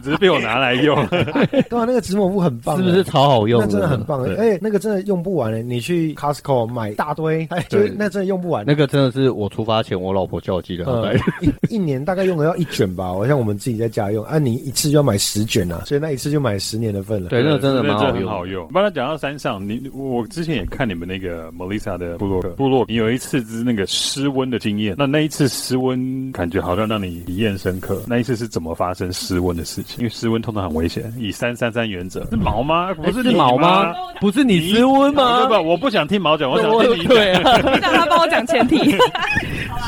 只是被我拿来用。
对啊，那个纸抹布很棒，欸
是不是？超好用
那真的很棒，
对
而且那个真的用不完。欸你去 Costco 买一大堆，哎，就是那真的用不完。
那个真的是我出发前我老婆叫我记得要带
呃，一一年大概用的要一卷吧，好像我们自己在家用，啊，你一次就要买十卷啊，所以那一次就买十年的份了。
对，那个真的蛮
那
好
很好
用。
用。帮他讲到山上，你我之前也看你们那个 Melissa 的部落格，部落你有一次是那个失温的经验，那那一次失温感觉好像让你体验深刻。那一次是怎么发生失温的事情？因为失温通常很危险，以三三三原则是毛哎吗？不是你
毛吗？不是你失温吗
不？不，我不想听毛讲，我想听你
对啊，
让他帮我讲前提。
讲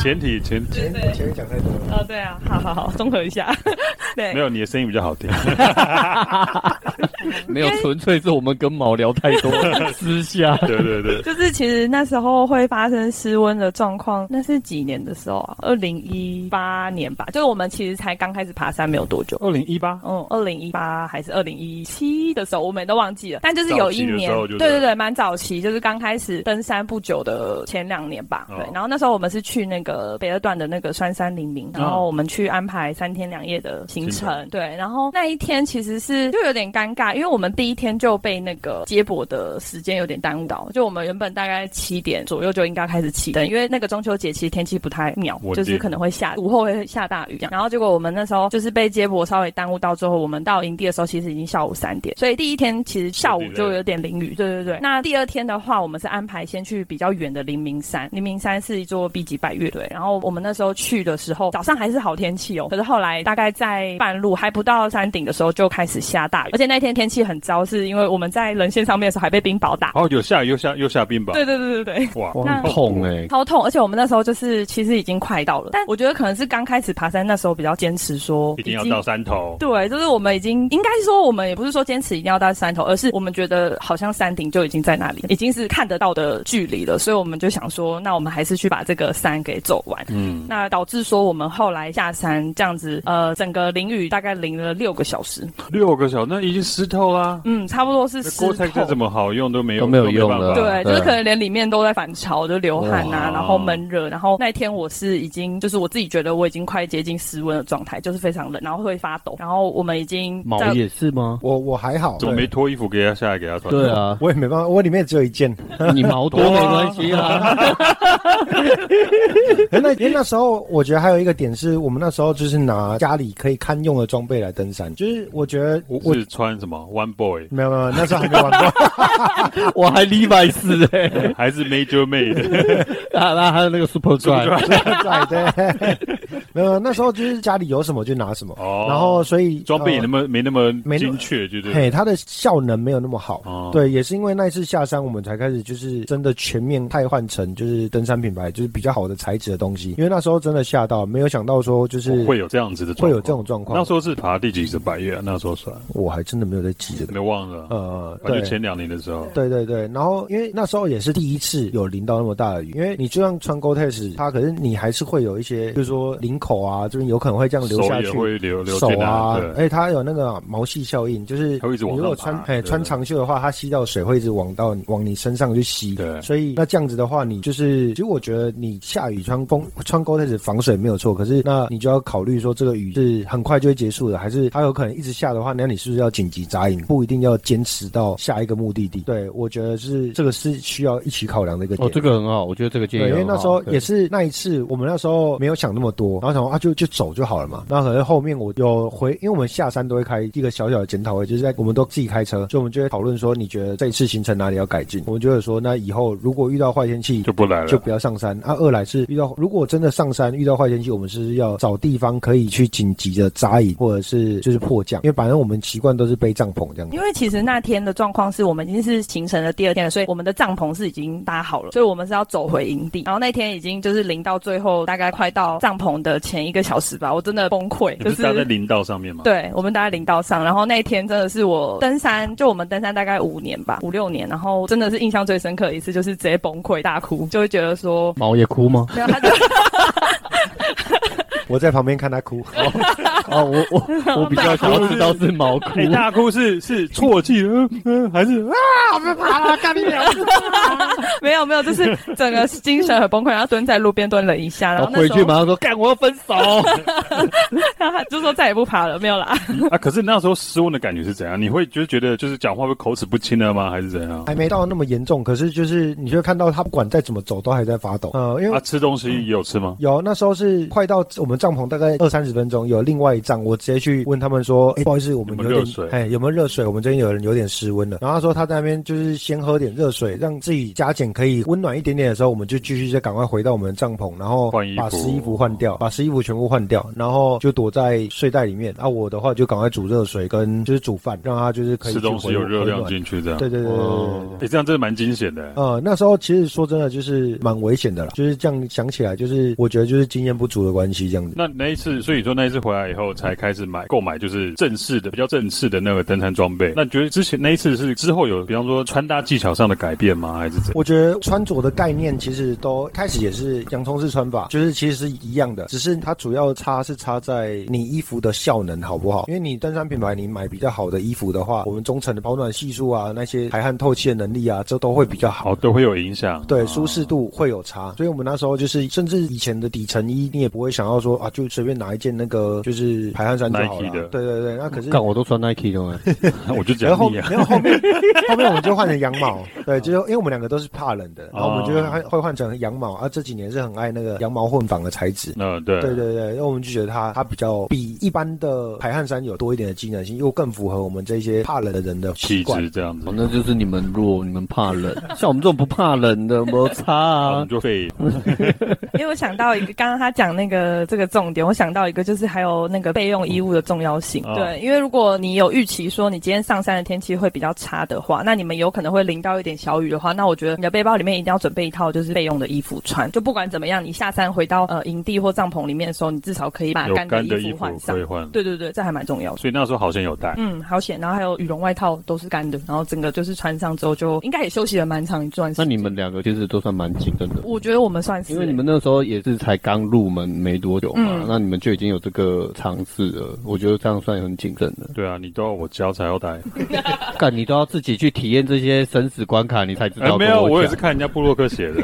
前提前提。
前前面讲太多了。
哦，对啊，好好好，综合一下。 对
没，有，你的声音比较好听。
没有，纯粹是我们跟毛聊太多，私下。
对对对，
就是其实那时候会发生失温的状况，那是几年的时候啊？二零一八年吧，就是我们其实才刚开始爬山没有多久。
二零一八，
嗯，二零一八还是二零一七的时候，我们都忘记了。但就是有一
早期的
年
时候，就
对
对
对对，蛮早期，就是刚开始登山不久的前两年吧。
哦
对，然后那时候我们是去那个北二段的那个酸山林林，然后我们去安排三天两夜的
嗯
行
行
程
程。
对，然后那一天其实是就有点尴尬，因为我们第一天就被那个接驳的时间有点耽误到，就我们原本大概七点左右就应该开始起灯，因为那个中秋节其实天气不太妙
稳，定
就是可能。可能会下午后会下大雨这样。然后结果我们那时候就是被接驳稍微耽误到之后，我们到营地的时候其实已经下午三点，所以第一天其实下午就有点淋雨。对对对。那第二天的话，我们是安排先去比较远的黎明山，黎明山是一座 B 级百越对。然后我们那时候去的时候，早上还是好天气哦，可是后来大概在半路还不到山顶的时候就开始下大雨，而且那天天气很糟，是因为我们在人线上面的时候还被冰雹打。
哦，有下雨又下又下冰雹，
对对对对对。
哇，
哇，
那
痛哎！
超痛，而且我们那时候就是其实已经快到了，但我觉得可能是刚开始爬山那时候比较坚持说
一定要
已经
到山头，
对，就是我们已经应该说我们也不是说坚持一定要到山头，而是我们觉得好像山顶就已经在那里，
嗯
已经是看得到的距离了，所以我们就想说，那我们还是去把这个山给走完。
嗯，
那导致说我们后来下山这样子，呃，整个淋雨大概淋了六个小时，
六个小时那已经湿透啦。
嗯，差不多是
那
湿
锅菜再
透
怎么好用都没有
都没有
办法
用了
对，
对
就是可能连里面都在反潮，就流汗啊
哇，
然后闷热，然后那一天我是已经就是我自己觉得我已经快接近室温的状态，就是非常冷，然后会发抖，然后我们已经
毛
在
也是吗？
我我还好，
怎么没脱衣服给他下来给他穿？
对，啊，
我也没办法，我里面只有一件。
你毛多没关系啦。
哎，那因为那时候我觉得还有一个点是我们那时候就是拿家里可以堪用的装备来登山，就是我觉得我
我
我
是穿什么 One Boy
没有没有，那时候还没 玩过，
我还 Levi's 哎，
还是 Major Made？
啊，那还有那个 Super Dry，
对对，没有那时候就是家里有什么就拿什么，
哦
然后所以
装备也那
呃
么没那么
没那么
精确，就对。
嘿，它的效能没有那么好，
哦
对，也是因为那一次下山，我们才开始就是真的全面汰换成就是登山品牌，就是比较好的材质的东西。因为那时候真的吓到，没有想到说就是
哦会有这样子的，
会有这。种状况。
那时候是爬第几次百越啊？那时候算，
我还真的没有在记着的，
没忘了，
呃，
反
对
正前两年的时候，
对对对，然后因为那时候也是第一次有淋到那么大的雨，因为你就算穿 Gore-Tex，它可是你还是会有一些，比如说领口啊，这边有可能会这样流
手
下
也
去。
会流流
手
进
啊
来，，
而
对，
且它有那个毛细效应，就是
它会一直
你
往上
如果
爬
穿哎
对
穿
对
长袖的话，它吸到水会一直往到你往你身上去吸。
对
所以那这样子的话，你就是其实我觉得你下雨穿风穿 Gore-Tex 防水没有错，可是那你就要考虑说这个雨是很快就会结束的，还是它有可能一直下的话，那你是不是要紧急扎营？不一定要坚持到下一个目的地。对，我觉得是这个是需要一起考量的一个点。
哦，这个很好，我觉得这个建议
对，因为
很好
那时候也
对
是那一次，我们那时候没有想那么多，然后想说啊，就就走就好了嘛。那可是后面我有回，因为我们下山都会开一个小小的检讨会，就是在我们都自己开车，所以我们就会讨论说，你觉得这一次行程哪里要改进？我们就会说，那以后如果遇到坏天气
就不来了，
就不要上山。啊，二来是遇到如果真的上山遇到坏天气，我们是要找地方可以去紧急的扎营，或者是就是迫降，因为反正我们习惯都是背帐篷 这样子
因。为其实那天的状况是我们已经是行程的第二天了，所以我们的帐篷是已经搭好了，所以我们是要走回营地。然后那天已经就是淋到最后，大概快到帐篷的前一个小时吧，我真的崩溃，
你
就
不是搭在
是。
林道上面吗？
对，我们搭在林道上，然后那一天真的是我登山，就我们登山大概五年吧，五六年，然后真的是印象最深刻的一次，就是直接崩溃大哭，就会觉得 说，
毛也哭吗？
没有，他就
我在旁边看他哭，
哦，我我我比较想要知道是毛哭。
哎，大哭是是啜泣，嗯嗯，还是啊，我被爬了，干你娘！
没有没有，就是整个精神很崩溃，然后蹲在路边蹲了一下，然
然
后
后
那
哦回
时候
去马上说干，我要分手。
他 就说再也不爬了，没有啦。
啊，可是那时候失温的感觉是怎样？你会就觉得就是讲话会口齿不清了吗？还是怎样？
还没到那么严重，可是就是你就会看到他不管再怎么走，都还在发抖。呃，因为
啊，吃东西也有吃吗？
有那时候是快到我们帐篷大概二三十分钟，有另外一帐，我直接去问他们说：“哎、不好意思，我们
有
有
没有
点
热水
哎，有没有热水？我们这边有人有点失温了。”然后他说他在那边就是先喝点热水，让自己加减可以温暖一点点的时候，我们就继续再赶快回到我们帐篷，然后
换衣服
把湿衣服换掉，把湿衣服全部换掉，然后就躲在睡袋里面。啊，我的话就赶快煮热水跟就是煮饭，让他就是可以
吃东西
去回
有热量
回暖
进去这样。
对对对对对对对
哦。
哎，这样真的蛮惊险的。
呃，那时候其实说真的，就是蛮危险的啦。就是这样想起来，就是我觉得就是经验不足的关系这样子。
那那一次，所以你说那一次回来以后才开始买购买，就是正式的、比较正式的那个登山装备。那你觉得之前那一次是之后有，比方说穿搭技巧上的改变吗？还是怎样？
我觉得穿着的概念其实都开始也是洋葱式穿法，就是其实是一样的，只是它主要差是差在你衣服的效能好不好？因为你登山品牌你买比较好的衣服的话，我们中层的保暖系数啊，那些排汗透气的能力啊，这都会比较好。
哦好，都会有影响。
对，舒适度会有差，所以我们那时候就是，甚至以前的底层衣，你也不会想要说啊，就随便拿一件那个就是排汗衫就好了
Nike 的。
对对对，那可 是
干，我都穿 Nike 的了。 哎
我就讲
然后 后
你啊，哦
没有后面后面我们就换成羊毛，对，就是因为我们两个都是怕冷的，然后我们就会换会换成羊毛啊。这几年是很爱那个羊毛混纺的材质。
嗯，对，
对对对，因为我们就觉得它它比较比一般的排汗衫有多一点的机能性，又更符合我们这些怕冷的人的习
气
惯。嗯
质这样子
哦，。那就是你们弱，你们怕冷。像我们这种不怕冷的，没差
那我
啊
们。就废
因为我想到一个，刚刚他讲那个这个重点，我想到一个，就是还有那个备用衣物的重要性。
哦
对，因为如果你有预期说你今天上山的天气会比较差的话，那你们有可能会淋到一点小雨的话，那我觉得你的背包里面一定要准备一套就是备用的衣服穿，就不管怎么样，你下山回到呃营地或帐篷里面的时候，你至少可以把
有
干
干
的
的
衣
衣
服
服
换上
可以。换。
对对对，这还蛮重要的。
所以那时候好像有带。
嗯，好险，然后还有羽绒外套都是干的，然后整个就是穿上之后就应该也休息了蛮长一段时
那
间。
你们两个其实都算蛮紧跟的。
我觉得我们算是
因为你们那时候也是才刚入门没多久嘛，
嗯
那你们就已经有这个尝试了，我觉得这样算很谨慎的。
对啊，你都要我教才要带。
干，你都要自己去体验这些生死关卡，你才知
哎
道。，
没有，
我
我也
讲
是看人家布洛克写 的。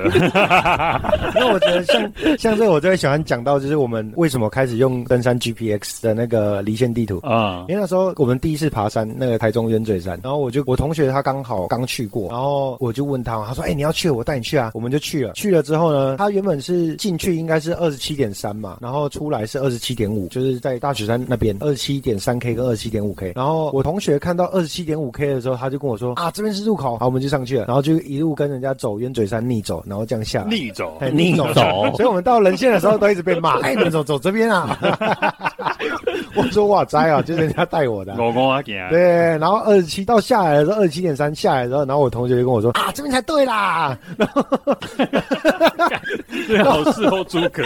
因为我觉得像像这个，我就会喜欢讲到，就是我们为什么开始用登山 GPX 的那个离线地图。
啊，
因为那时候我们第一次爬山，那个台中鸢嘴山，然后我就我同学他刚好刚去过，然后我就问他，他说：“哎、你要去，我带你去啊。”我们就去了。去了之后呢，他原本是进去应该是二十七点三嘛，然后出来是二十七点五，就是在大雪山那边二十七点三 K 跟二十七点五 K。然后我同学看到二十七点五 K 的时候，他就跟我说：“啊，这边是入口。”好，我们就上去了，然后就一路跟人家走鸢嘴山逆走，然后这样下来。
逆走。
哎
逆走
所以我们到人线的时候都一直被骂， 哎，你们怎么走这边啊？ 我说哇塞啊，就是人家带我 的啊、
我跟我讲，
对，然后二十七到下来的时候，二十七点三下来的时候，然后我同学就跟我说啊，这边才对啦，
最好事后诸葛。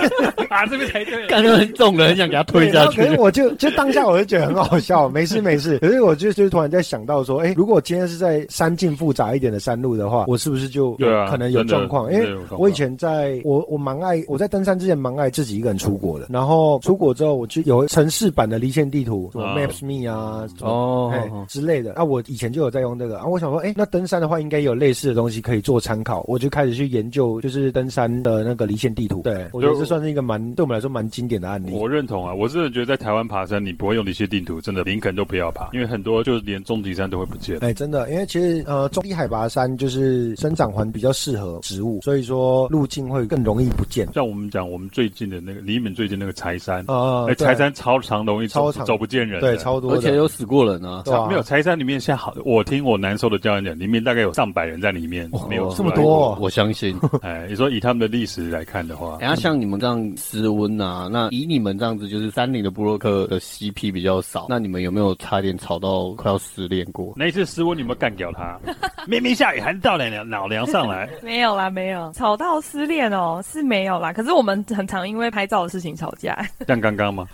啊，这边才对。
干得很重了，很想给他 推
然
下
后
去
可。是我就就当下我就觉得很好笑，没事没事。可是我就就突然在想到说，哎，如果今天是在山径复杂一点的山路的话，我是不是就有
对啊
可能有
真的
状况？哎因
真的
为
有状况
我以前在我我蛮爱我在登山之前蛮爱自己一个人出国的，然后出国之后我就有城市版的离线地图，什么
啊
Maps Me 啊，什么
哦
哎、之类的。啊，我以前就有在用这个啊，我想说，哎、那登山的话应该有类似的东西可以做参考，我就开始去研究，就是登山的那个离线地图。对，我觉得这算是一个蛮对我们来说蛮经典的案例。
我认同啊，我真的觉得在台湾爬山，你不会用离线地图，真的林肯都不要爬，因为很多就是连终极山都会不见。
哎、真的，因为其实呃，中低海拔山就是生长环比较适合植物，所以说路径会更容易不见。
像我们讲，我们最近的那个离门最近那个柴山，
啊、
哎，
对
柴山超长，容易走
超长
走不见人的，
对超多
而
的，
且有死过人啊，
对啊
没有柴山里面现在好，我听我难受的教练讲，里面大概有上百人在里面，没有
哦
出来
这么多哦
我相信。
哎，你说以他们的历史来看的话，
然后像你们这样斯温啊，那以你们这样子，就是山林的布洛克的 CP 比较少，那你们有没有差点吵到快要失恋过？
那一次斯温你有没有干掉他？明明下雨还到了脑梁上来，
没有啦，没有吵到失恋哦，是没有啦。可是我们很常因为拍照的事情吵架，
像刚刚吗？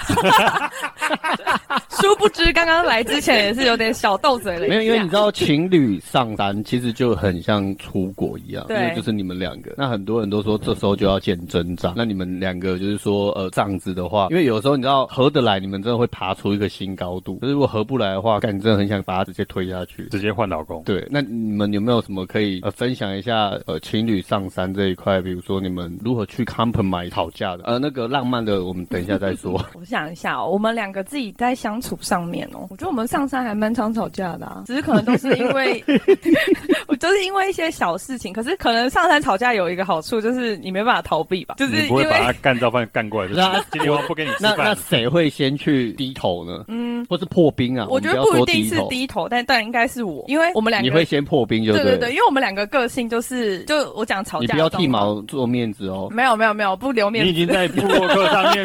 殊不知刚刚来之前也是有点小斗嘴了一下。
没有，因为你知道情侣上山其实就很像出国一样，因
对
为就是你们两个。那很多人都说这时候就要见真章。那你们两个就是说，呃，这样子的话，因为有时候你知道合得来，你们真的会爬出一个新高度；可是如果合不来的话，干你真的很想把他直接推下去。
直接换老公。
对，那你们有没有什么可以呃分享一下呃情侣上山这一块？比如说你们如何去 compromise 吵架的？呃，那个浪漫的我们等一下再说。
我想一下哦，我们两个自己在相处上面哦，我觉得我们上山还蛮常吵架的啊，只是可能都是因为， 我就是因为一些小事情。可是可能上山吵架有一个好处，就是你没办法逃避吧，就是
你
因
不会把他
为
干到饭干过来，就是
那
今天我不给你吃
那那
饭。
谁会先去低头呢？嗯，或是破冰啊？
我觉得
们
不
要
一
说
定是
头
低头，但但应该是我，因为我们两个
你会先破冰就
对
对
对对，因为我们两个个性就是，就我讲吵
你
架，
不要剃，毛做面子哦。
没有没有没有，不留面
你已
子。
经在部落客上面，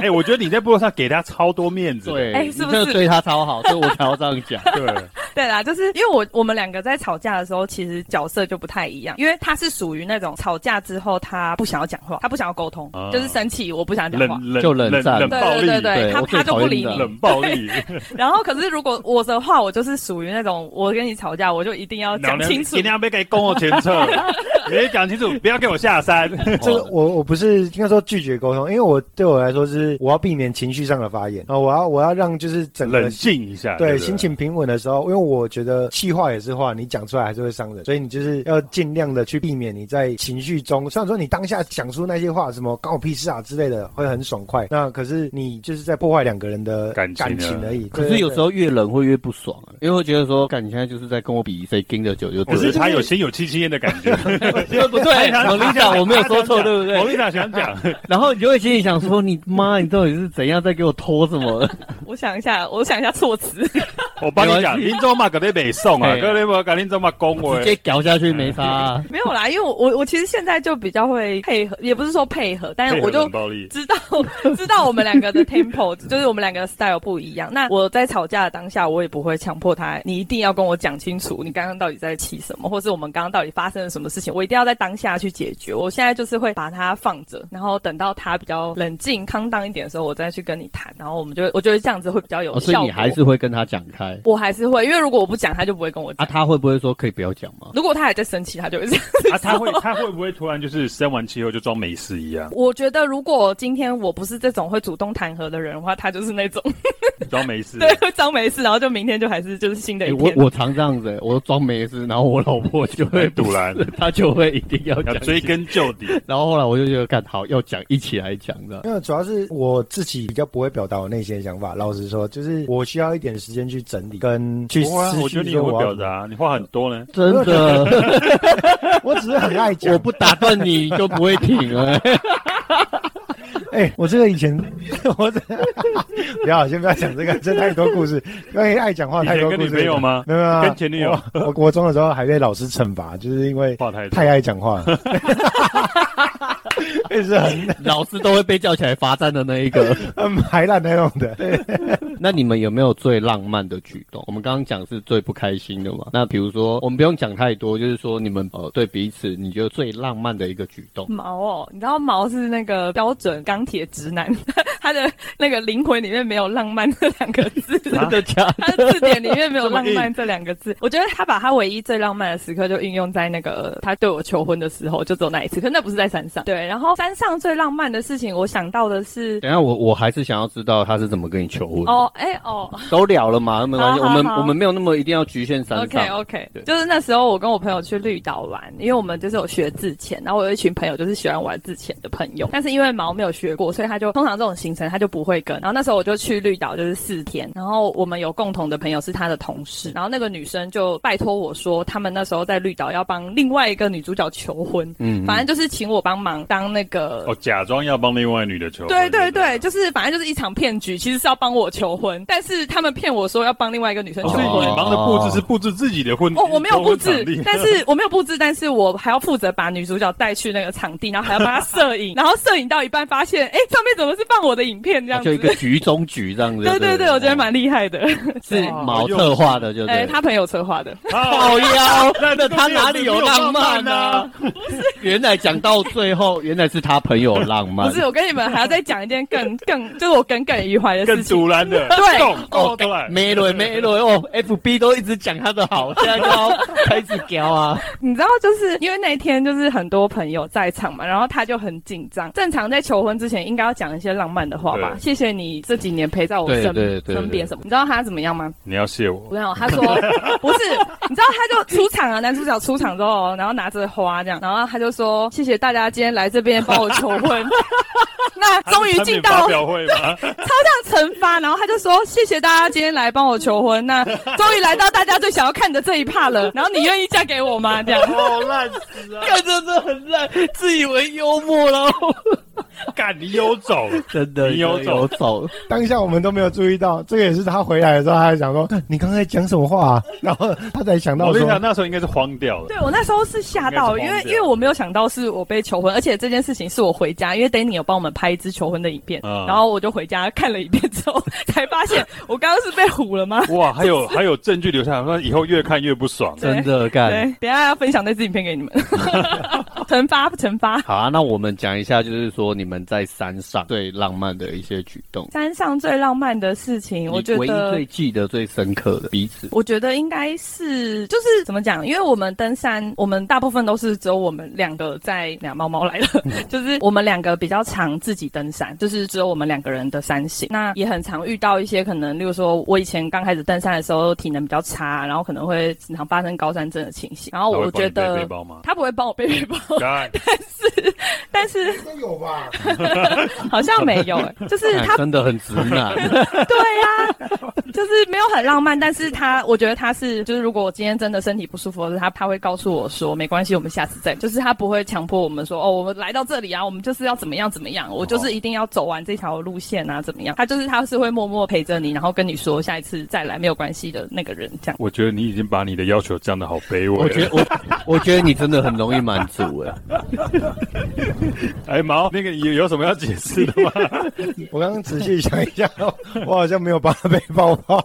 哎、我觉得你在部落上给他超多面子。。
对，
哎
你
是不
真的
是
对他超好，所以我才要这样 讲
对，
对啦，就是因为我我们两个在吵架的时候，其实角色就不太一样，因为他是属于那种吵架之后他不想要讲话，他不想要沟通，
啊
就是生气我不想讲话。
冷冷
就冷
冷
战
冷
对
暴力，
对对对，
对
他
我最
他就
讨
不
厌
理
这
你
样。
冷暴力，
然后可是如果我的话，我就是属于那种我跟你吵架，我就一定要讲清楚
一。定要被给公我前车，你讲清楚，不要给我下山。
这
哦
个我我不是应该说拒绝沟通，因为我对我来说是我要避免情绪上的发言啊，我要我要让就是整个
冷静一下，
对
对不对
心情平稳的时候，因为我觉得气话也是话，你讲出来还是会伤人，所以你就是要尽量的去避免你在情绪中，虽然说你当下讲出那些话，什么关我屁事啊之类的，会很爽快，那可是你就是在破坏两个人的
感情啊
情而已。
可是有时候越冷会越不爽，啊因为会觉得说，干你现在就是在跟我比谁盯得久就
我
对
觉得
了，
他有心有戚戚焉的感觉。
对不对？我跟你讲，我没有说错，对不
我
对？
跟你讲，想讲，
然后你就会心里想说，你妈，你到底是怎样在给我拖 什么？
我想一下，我想一下措辞。
我帮你讲，
没关系
林州嘛，肯定北送啊，
嘿
各位不跟林州嘛恭维
直。接搞下去没差啊。
嗯
没有啦，因为我我我其实现在就比较会配合，也不是说配合，但是
配合
我就
冷暴力，
知道知道我们两个的 tempo，就是我们两个的 style 不一样。那我在吵架的当下，我也不会强迫他，你一定要跟我讲清楚你刚刚到底在气什么，或是我们刚刚到底发生了什么事情，我一定要在当下去解决。我现在就是会把它放着，然后等到他比较冷静、康荡一点的时候，我再去跟你谈，然后我们就会我觉得这样子会比较有
哦，所
效
以
果。
你还是会跟他讲开
我还是会，因为如果我不讲，他就不会跟我
啊？
讲。
他会不会说可以不要讲吗？
如果他还在生气，他就会这样。
啊，他会他会不会突然就是生完气后就装没事一样，
我觉得如果今天我不是这种会主动弹劾的人的话，他就是那种
装没事？
对，会装没事，然后就明天就还是就是新的
欸
一
我
天。
我常这样子、欸，我装没事，然后我老婆就会
堵拦，
她就会一定要
要
讲
追。根究底。
然后后来我就觉得，干好要讲，一起来讲的。
因为主要是我自己比较不会表达我内心的想法，老实说，就是我需要一点时间去整理跟去
不会啊我
思
觉得
绪
你
说
很会
我要
表达，你话很多呢。
真 的，
我只是很爱讲
我。不打断你就不会停了、
哎、我这个以前，我这不要，先不要讲这个，这太多故事。因为爱讲话
以
太
前
多故
跟
事。
女朋友？吗？
没有没有，
跟前女友
我。我国中的时候还被老师惩罚，就是因为
话太多
太。爱讲话， 也是很
老师都会被叫起来罚站的那一个。
很排烂那种的。对
那你们有没有最浪漫的举动？我们刚刚讲是最不开心的嘛？那比如说，我们不用讲太多，就是说你们呃对彼此，你觉得最浪漫的一个举动，
毛哦，你知道毛是那个标准钢铁直男， 他的那个灵魂里面没有浪漫这两个 字。
真的假的？
他的字典里面没有
这么
浪
硬
漫这两个字，我觉得他把他唯一最浪漫的时刻就运用在那个他对我求婚的时候，就只有那一次，可那不是在山上。对，然后山上最浪漫的事情，我想到的是，
等一下我我还是想要知道他是怎么跟你求婚的。
哦，哎、哦，
都聊了嘛，没关系，
好
我
好
们
好
我们没有那么一定要局限山
OK 哦
上。
OK，
对
就是那时候我跟我朋友去绿岛玩，因为我们就是有学自潜，然后我有一群朋友就是喜欢玩自潜的朋友，但是因为毛没有学过，所以他就通常这种行程他就不会跟。然后那时候我就去绿岛就是四天，然后我们有共同的朋友是他的同事，然后那个女生就拜托我说，他们那时候在绿岛要帮另外一个女主角求婚，
嗯
反正就是请我帮忙当那个
哦，假装要帮另外女的求婚，
对对
不
对，就是反正就是一场骗局，其实是要帮我求婚，但是他们骗我说要帮另外一个女生
哦
求
所以
婚。
你忙的布置是布置自己的婚
哦，我没有布
求婚场
置
地，
但是我没有布置，但是我还要负责把女主角带去那个场地，然后还要帮她摄影，然后摄影到一半发现，哎、上面怎么是放我的影片这样子？
啊就一 个局中局这样子。
对对对，我觉得蛮厉害的。
是毛策划的，就
哎、
对。
他朋友策划的，
靠
好
腰，
那
那他哪里有浪漫呢、
啊？
原来讲到最后，原来是他朋友浪漫。
不是我跟你们还要再讲一件更 更就是我耿耿于怀的
更
事情。
突然的，
对
动
哦
哦，突然，
没了没了哦，FB 都一直讲他的 好，现在就要开始屌啊！
你知道，就是因为那天就是很多朋友在场嘛，然后他就很紧张。正常在求婚之前应该要讲一些浪漫的话吧？
对
谢谢你这几年陪在我身
对对对对
身边什么？你知道他怎么样吗？
你要谢我
不，要，他 说不是，你知道他就出场啊，男主角出场之后，然后拿着花这样，然后他就说谢谢大家今天来这边帮我求婚。 那终于进
他是产品发
到
表会吗？
超量惩罚，然后他就说谢谢大家今天来帮我求婚，那终于来到大家最想要看的这一趴了，然后你愿意嫁给我吗？这样。
哦，烂死啊！
看真的很烂，自以为幽默然后
干，你有种，
真的
你有
有走，
当下我们都没有注意到，这个也是他回来的时候，他还想说干你刚才讲什么话、啊，然后他才想到
我跟你讲，
说。
那时候应该是慌掉了。
对我那时候是吓到，
应
因
该是
为
疯掉
因为我没有想到是我被求婚，而且这件事情是我回家，因为 Danny 有帮我们拍一支求婚的影片，
嗯
然后我就回家看了一遍之后，才发现我刚刚是被唬了吗？
哇，还有 还有证据留下来，说以后越看越不爽。
对
真的
对
干。，
等一下要分享那支影片给你 们，惩罚惩罚。
好啊，那我们讲一下，就是说你们在山上最浪漫的一些举动，
山上最浪漫的事情，我
你
觉
唯一
得
最。记得最深刻的彼此。
我觉得应该是，就是怎么讲？因为我们登山，我们大部分都是只有我们两个在，两猫猫来了，
嗯
就是我们两个比较常自己登山，就是只有我们两个人的山行。那也很常遇到一些可能，例如说我以前刚开始登山的时候体能比较差，然后可能会经常发生高山症的情形。然后我觉
他会帮你背
得
背包吗
他不会帮我背背包，
干，
但是
应该有吧？
好像没有、欸就是
哎
他
真的很直男，
对呀、 就是没有很浪漫，但是他，我觉得他是，就是如果我今天真的身体不舒服，或者他他会告诉我说没关系，我们下次再，就是他不会强迫我们说哦，我们来到这里啊，我们就是要怎么样怎么样，我就是一定要走完这条路线啊，怎么样？他就是他是会默默陪着你，然后跟你说下一次再来没有关系的那个人，这样。
我觉得你已经把你的要求降的好卑微了。
我觉得我我觉得你真的很容易满足哎。
哎毛，那个有有什么要解释的吗？
我刚刚仔细想一下，我好像没有帮他背包包。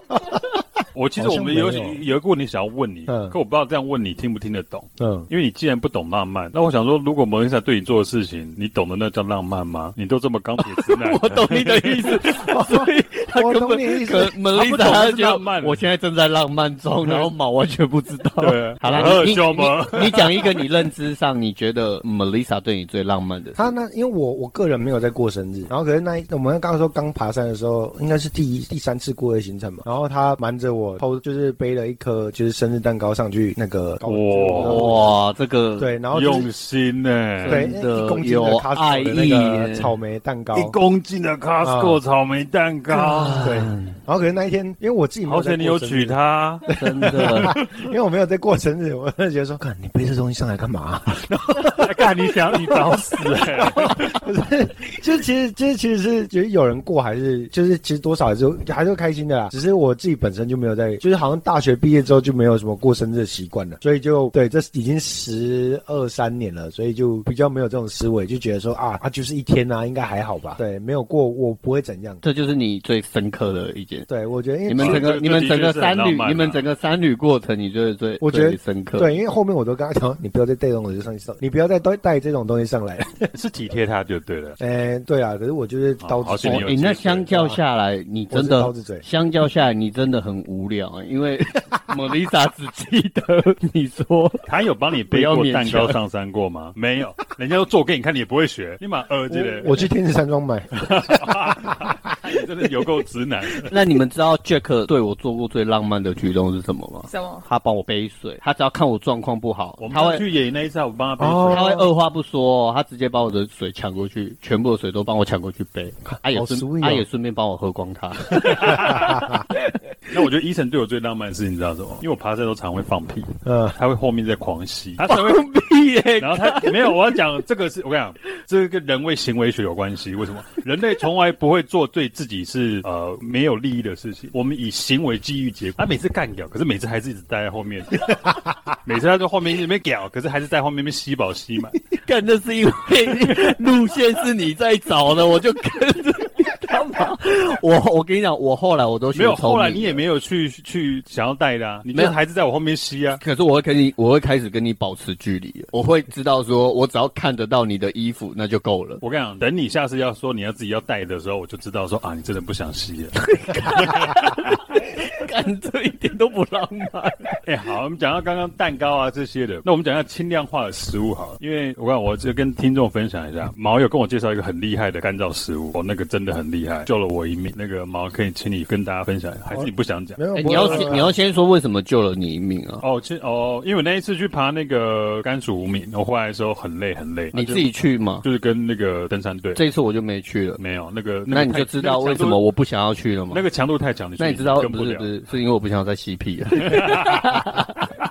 我其实我们有
好像没有
有一个问题想要问你，
嗯
可我不知道这样问你听不听得懂。
嗯，
因为你既然不懂浪漫，那我想说，如果蒙妮莎对你做的事情，你懂得那叫浪漫吗？你都这么钢铁直男，
我懂你的意思，所以他
嗯我
根
懂
本
你的意思
可蒙丽莎
他
他
不懂是
就
浪漫
我现在正在浪漫 中，然后毛完全不知道。
对我
好了，
很
你
凶吗
你你你讲一个你认知上你觉得嗯 Melissa 对你最浪漫的事，
他那因为我我个人没有在过生日，然后可是那一我们刚刚说刚爬山的时候，应该是第一第三次过夜行程嘛，然后他瞒着我偷就是背了一颗就是生日蛋糕上去那个高
哇
哇，这个
对，然后就是
用心呢、
对
真的
一公斤
有
的 Costco 的那
爱意
个草莓蛋糕
一，公斤的 Costco
啊
草莓蛋糕，
对，然后可是那一天因为我自己没
好
有在
险你有
过生日
娶， 她，
真的
因为我没有在过生日，我就觉得说，看你背这东西上来干嘛、
哎干你想你找 死哎、
可是，就其实，就是其实是觉得有人过还是就是其实多少还是还是会开心的啦。只是我自己本身就没有有在，就是好像大学毕业之后就没有什么过生日的习惯了，所以就对，这已经十二三年了，所以就比较没有这种思维，就觉得说啊啊就是一天啊，应该还好吧，对，没有过我不会怎样。
这就是你最深刻的一件。
对，我觉得因为
你们
这
整
这
个、你们整个
的确是很
三
浪
旅
漫、啊
你们整个三旅过程，你觉得最
我觉得
最深刻。
对，因为后面我都跟他讲，你不要再带这种东西上上，你不要再带带这种东西 上来了。
是体贴他就对了。
哎，对啊，可是我就是刀
好好
子
心
嘴
里
哦，
有
诶那相较下来，你真的
我是刀子嘴
相较下来，你真的很无聊、欸，因为 莫莉莎只记得你说
他有帮你背
不要
过
勉
蛋
强
糕上山过吗？没有，人家都做给你看，你也不会学，你马呃，这个
我我去天使山庄买，
你真的有够直男。
那你们知道 Jack 对我做过最浪漫的举动是什么吗？
什么？
他帮我背水，他只要看我状况不好
我，们
他
上
会
去野营那一次啊，我帮他背
哦
水，
他会二话不说、哦他直接把我的水抢过去，全部的水都帮我抢过去背，他也顺、
sweet 哦
他也顺便帮我喝光它。
那我觉得医生对我最浪漫的事情，你知道什么？因为我爬山都常会放屁，
嗯，
他会后面在狂吸，他才会。
屁 耶、
然后他没有，我要讲这个是我跟你讲，这个跟人为行为学有关系。为什么？人类从来不会做对自己是呃没有利益的事情，我们以行为基于结果。他每次干掉，可是每次还是一直待在后面， 每次他在后面那边屌，可是还是在后面那边吸饱吸 满。
干那是因为路线是你在找的，我就跟着你干嘛？我我跟你讲，我后来我都学
没有，
聪
后来
明
你也没有去去想要带的啊，你就
没有
还是在我后面吸啊。
可是我会跟你，我会开始跟你保持距离了，我会知道说，我只要看得到你的衣服，那就够了。
我跟你讲，等你下次要说你要自己要带的时候，我就知道说啊，你真的不想吸了。
干这一点都不浪漫。
哎、好，我们讲到刚刚蛋糕啊这些的，那我们讲一下轻量化的食物好了，因为我看我就跟听众分享一下，毛有跟我介绍一个很厉害的干燥食物，哦，那个真的很厉害，救了我一命。那个毛可以请你跟大家分享一下，还是你不想讲
没？有，
哎、
不
你
会
要
不会
先你要先说为什么救了你一命啊？
哦，其实哦，因为我那一次去爬那个甘薯无名，我回来的时候很累很累，
你自己去吗？
就是跟那个登山队
这一次我就没去了，
没有那个，
那
个
你
太
就知道为什么我不想要去了吗？
那个强度太强，你
那你知道
跟
不
不
是
了
不。是是因为我不想要再嬉皮了。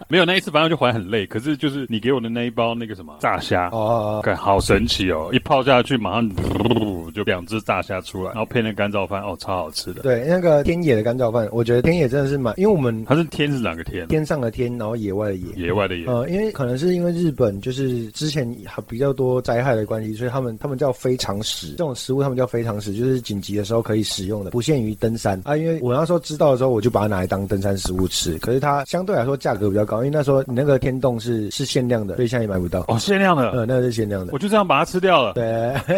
没有那一次，反正就回来很累。可是就是你给我的那一包那个什么炸虾，
哦哦，哦
看好神奇哦！一泡下去，马上噗就两只炸虾出来，然后配那干燥饭，哦，超好吃的。
对，那个天野的干燥饭，我觉得天野真的是蛮，因为我们
它是天是哪个天？
天上的天，然后野外的野。
野外的野。
呃，因为可能是因为日本就是之前还比较多灾害的关系，所以他们他们叫非常食这种食物，他们叫非常食，就是紧急的时候可以使用的，不限于登山啊。因为我那时候知道的时候，我就把它拿来当登山食物吃，可是它相对来说价格比较高，因为那时候你那个天洞是是限量的，所以现在也买不到。
哦，限量的，
呃，那个是限量的
我。就这样把它吃掉了。
对，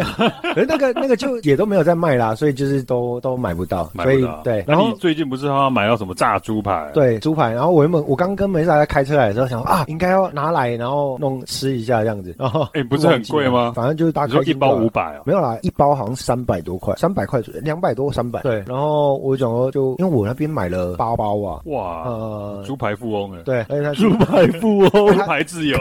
可是那个那个就也都没有在卖啦，所以就是都都买不到，
买
所
不
以
到。
对。
那
然后
你最近不是要买到什么炸猪排？，
对，猪排。然后我原本我刚跟梅莎在开车来的时候想说啊，应该要拿来然后弄吃一下这样子。然后
哎不是很贵吗
反正就是大
你
概
说一包五。百哦。
没有啦，一包好像三百多块，三百块左右，两百多三百。对，然后我讲说就，因为我那边买了八包啊，
哇，
呃，
猪排富翁哎，
对，而且它是
猪排富翁，
猪排自由。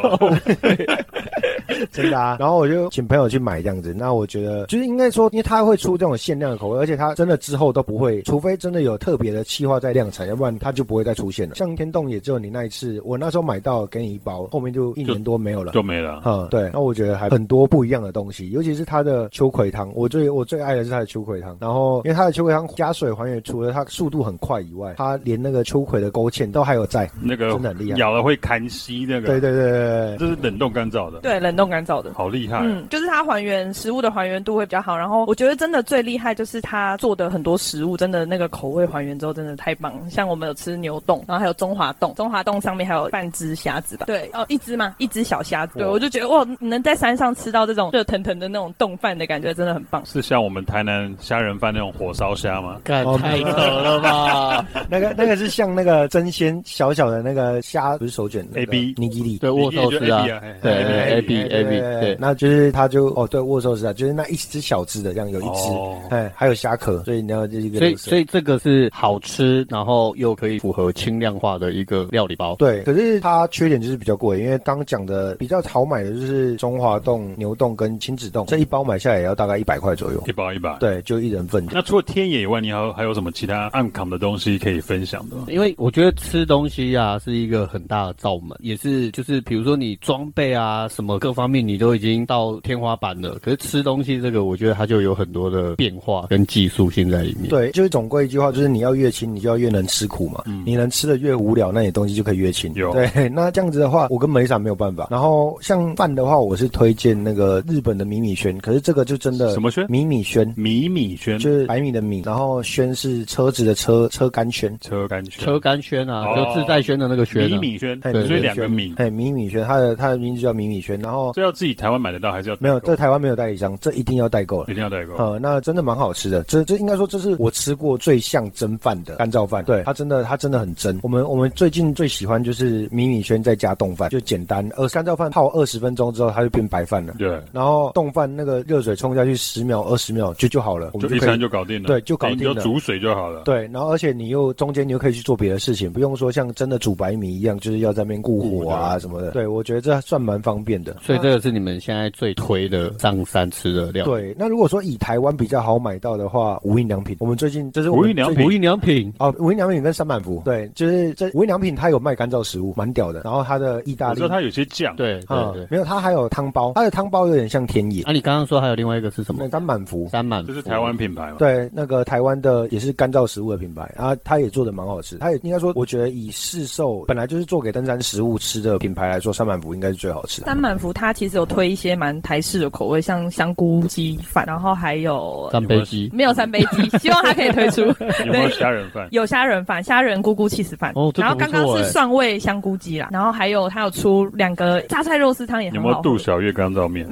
真的 啊。然后我就请朋友去买这样子。那我觉得就是应该说，因为它会出这种限量的口味，而且它真的之后都不会，除非真的有特别的企划在量产，要不然它就不会再出现了。像天洞也只有你那一次，我那时候买到给你一包，后面就一年多没有了。
就没了。
嗯， 对，那我觉得还很多不一样的东西，尤其是它的秋葵汤，我最我最爱的是它的秋葵汤。然后，因为它的秋葵汤加水还原，除了它速度很快以外，它连那个秋葵的勾芡都还有在。
那个
真的很厉害
咬了会砍吸那个。
对对啊对对对，
这是冷冻干燥的。，
对，冷冻干燥的。
好厉害。
嗯，就是它还原食物的还原度会比较好。然后我觉得真的最厉害就是它做的很多食物，真的那个口味还原之后真的太棒了。像我们有吃牛冻，然后还有中华冻，中华冻上面还有半只虾子吧？对，哦，一只吗？一只小虾子。对，我就觉得哇，能在山上吃到这种热腾腾的那种冻饭的感觉，真的很棒。
是像我们台南虾仁饭那种火烧虾吗？
干
哦
太扯了吧！
那个那个是像那个真鲜小小的那个虾，不是手卷
AB
尼基里。 哎
对握寿司啊
你也觉得 AB 啊，嘿
对对
AB
AB AB 对。
那就是它就哦，对，握寿司啊，就是那一只小只的，这样有一
哦
只，哎，还有虾壳，所以你要这一个
所
特
以，
色。
所以这个是好吃，然后又可以符合轻量化的一个料理包。
对，可是它缺点就是比较贵，因为刚讲的比较好买的就是中华冻、牛冻跟亲子冻，这一包买下来也要大概一百块左右。
一包一百。
对，就一人份。
那除了天野以外，你还有还有什么其他暗扛的东西可以分享的吗？
因为我觉得吃东西啊是一个很大的罩门，也是就是比如说你装备啊什么各方面你都已经到天花板了，可是吃东西这个，我觉得它就有很多的变化跟技术性在里面。
对，就是总归一句话，就是你要越轻，你就要越能吃苦嘛。你能吃的越无聊，那你东西就可以越轻。
嗯有
对， 那这样子的话，我跟梅莎没有办法。然后像饭的话，我是推荐那个日本的米米轩，可是这个就真的
什么轩
米米轩
米米轩
就是百米的米，然后轩是车子的车车杆轩。
车杆轩
车杆轩啊，
哦
就自在轩的那个轩、
米
啊，
米轩，
嘿
所以
轩
两个米，
哎，米米轩，它的它的名字叫米米轩，然后
嗯这要自己台湾买得到还是要
没有，
代
在台湾没有代理商，这一定要代购了
购一。定要代购？
呃，那真的蛮好吃的，这这应该说这是我吃过最像蒸饭的干燥饭，对它真的它真的很蒸。我们我们最近最喜欢就是米米轩再加冻饭，就简单，呃，干燥饭泡二十分钟之后它就变白饭了，
对，
然后冻饭那个热水冲下去十秒二十秒就就好了，我们
就一
可以
餐就搞定了，
对就搞定
你就
了
煮水就好了。
对，然后而且你又中间你又可以去做别的事情，不用说像真的煮白米一样，就是要在那边顾火
顾火
啊什么的。对，我觉得这算蛮方便的。
嗯
所以这个是你们现在最推的上山吃的料。，
对，那如果说以台湾比较好买到的话，无印良品，我们最近就是我们
无印良
最
品
无印良品
哦，无印良品跟三板福，对，就是这无印良品它有卖干燥食物，蛮屌的。然后它的意大
我
利，
知道它有些酱，
对
啊
对
嗯
对。
没有，它还有汤包，它的汤包有点像田野，
啊，你刚刚说还有另外一个是什
那
么？
三板福。
三满福，
这是台湾品牌嘛？
对，那个台湾的也是干燥食物的品牌啊，它也做的蛮好吃。它也应该说，我觉得以市售本来就是做给登山食物吃的品牌来说，三板福应该是最好吃的。
三满福它其实有推一些蛮台式的口味，像香菇鸡饭，然后还有
三杯鸡。
没有三杯鸡，希望它可以推出。
有没有
对，
虾仁饭？
有虾仁饭、虾仁咕咕气死饭，
哦这个
然后刚刚
不错
是
欸
蒜味香菇鸡啦，然后还有它有出两个榨菜肉丝汤也
有
很
没有
好
杜
喝。
小月干燥面？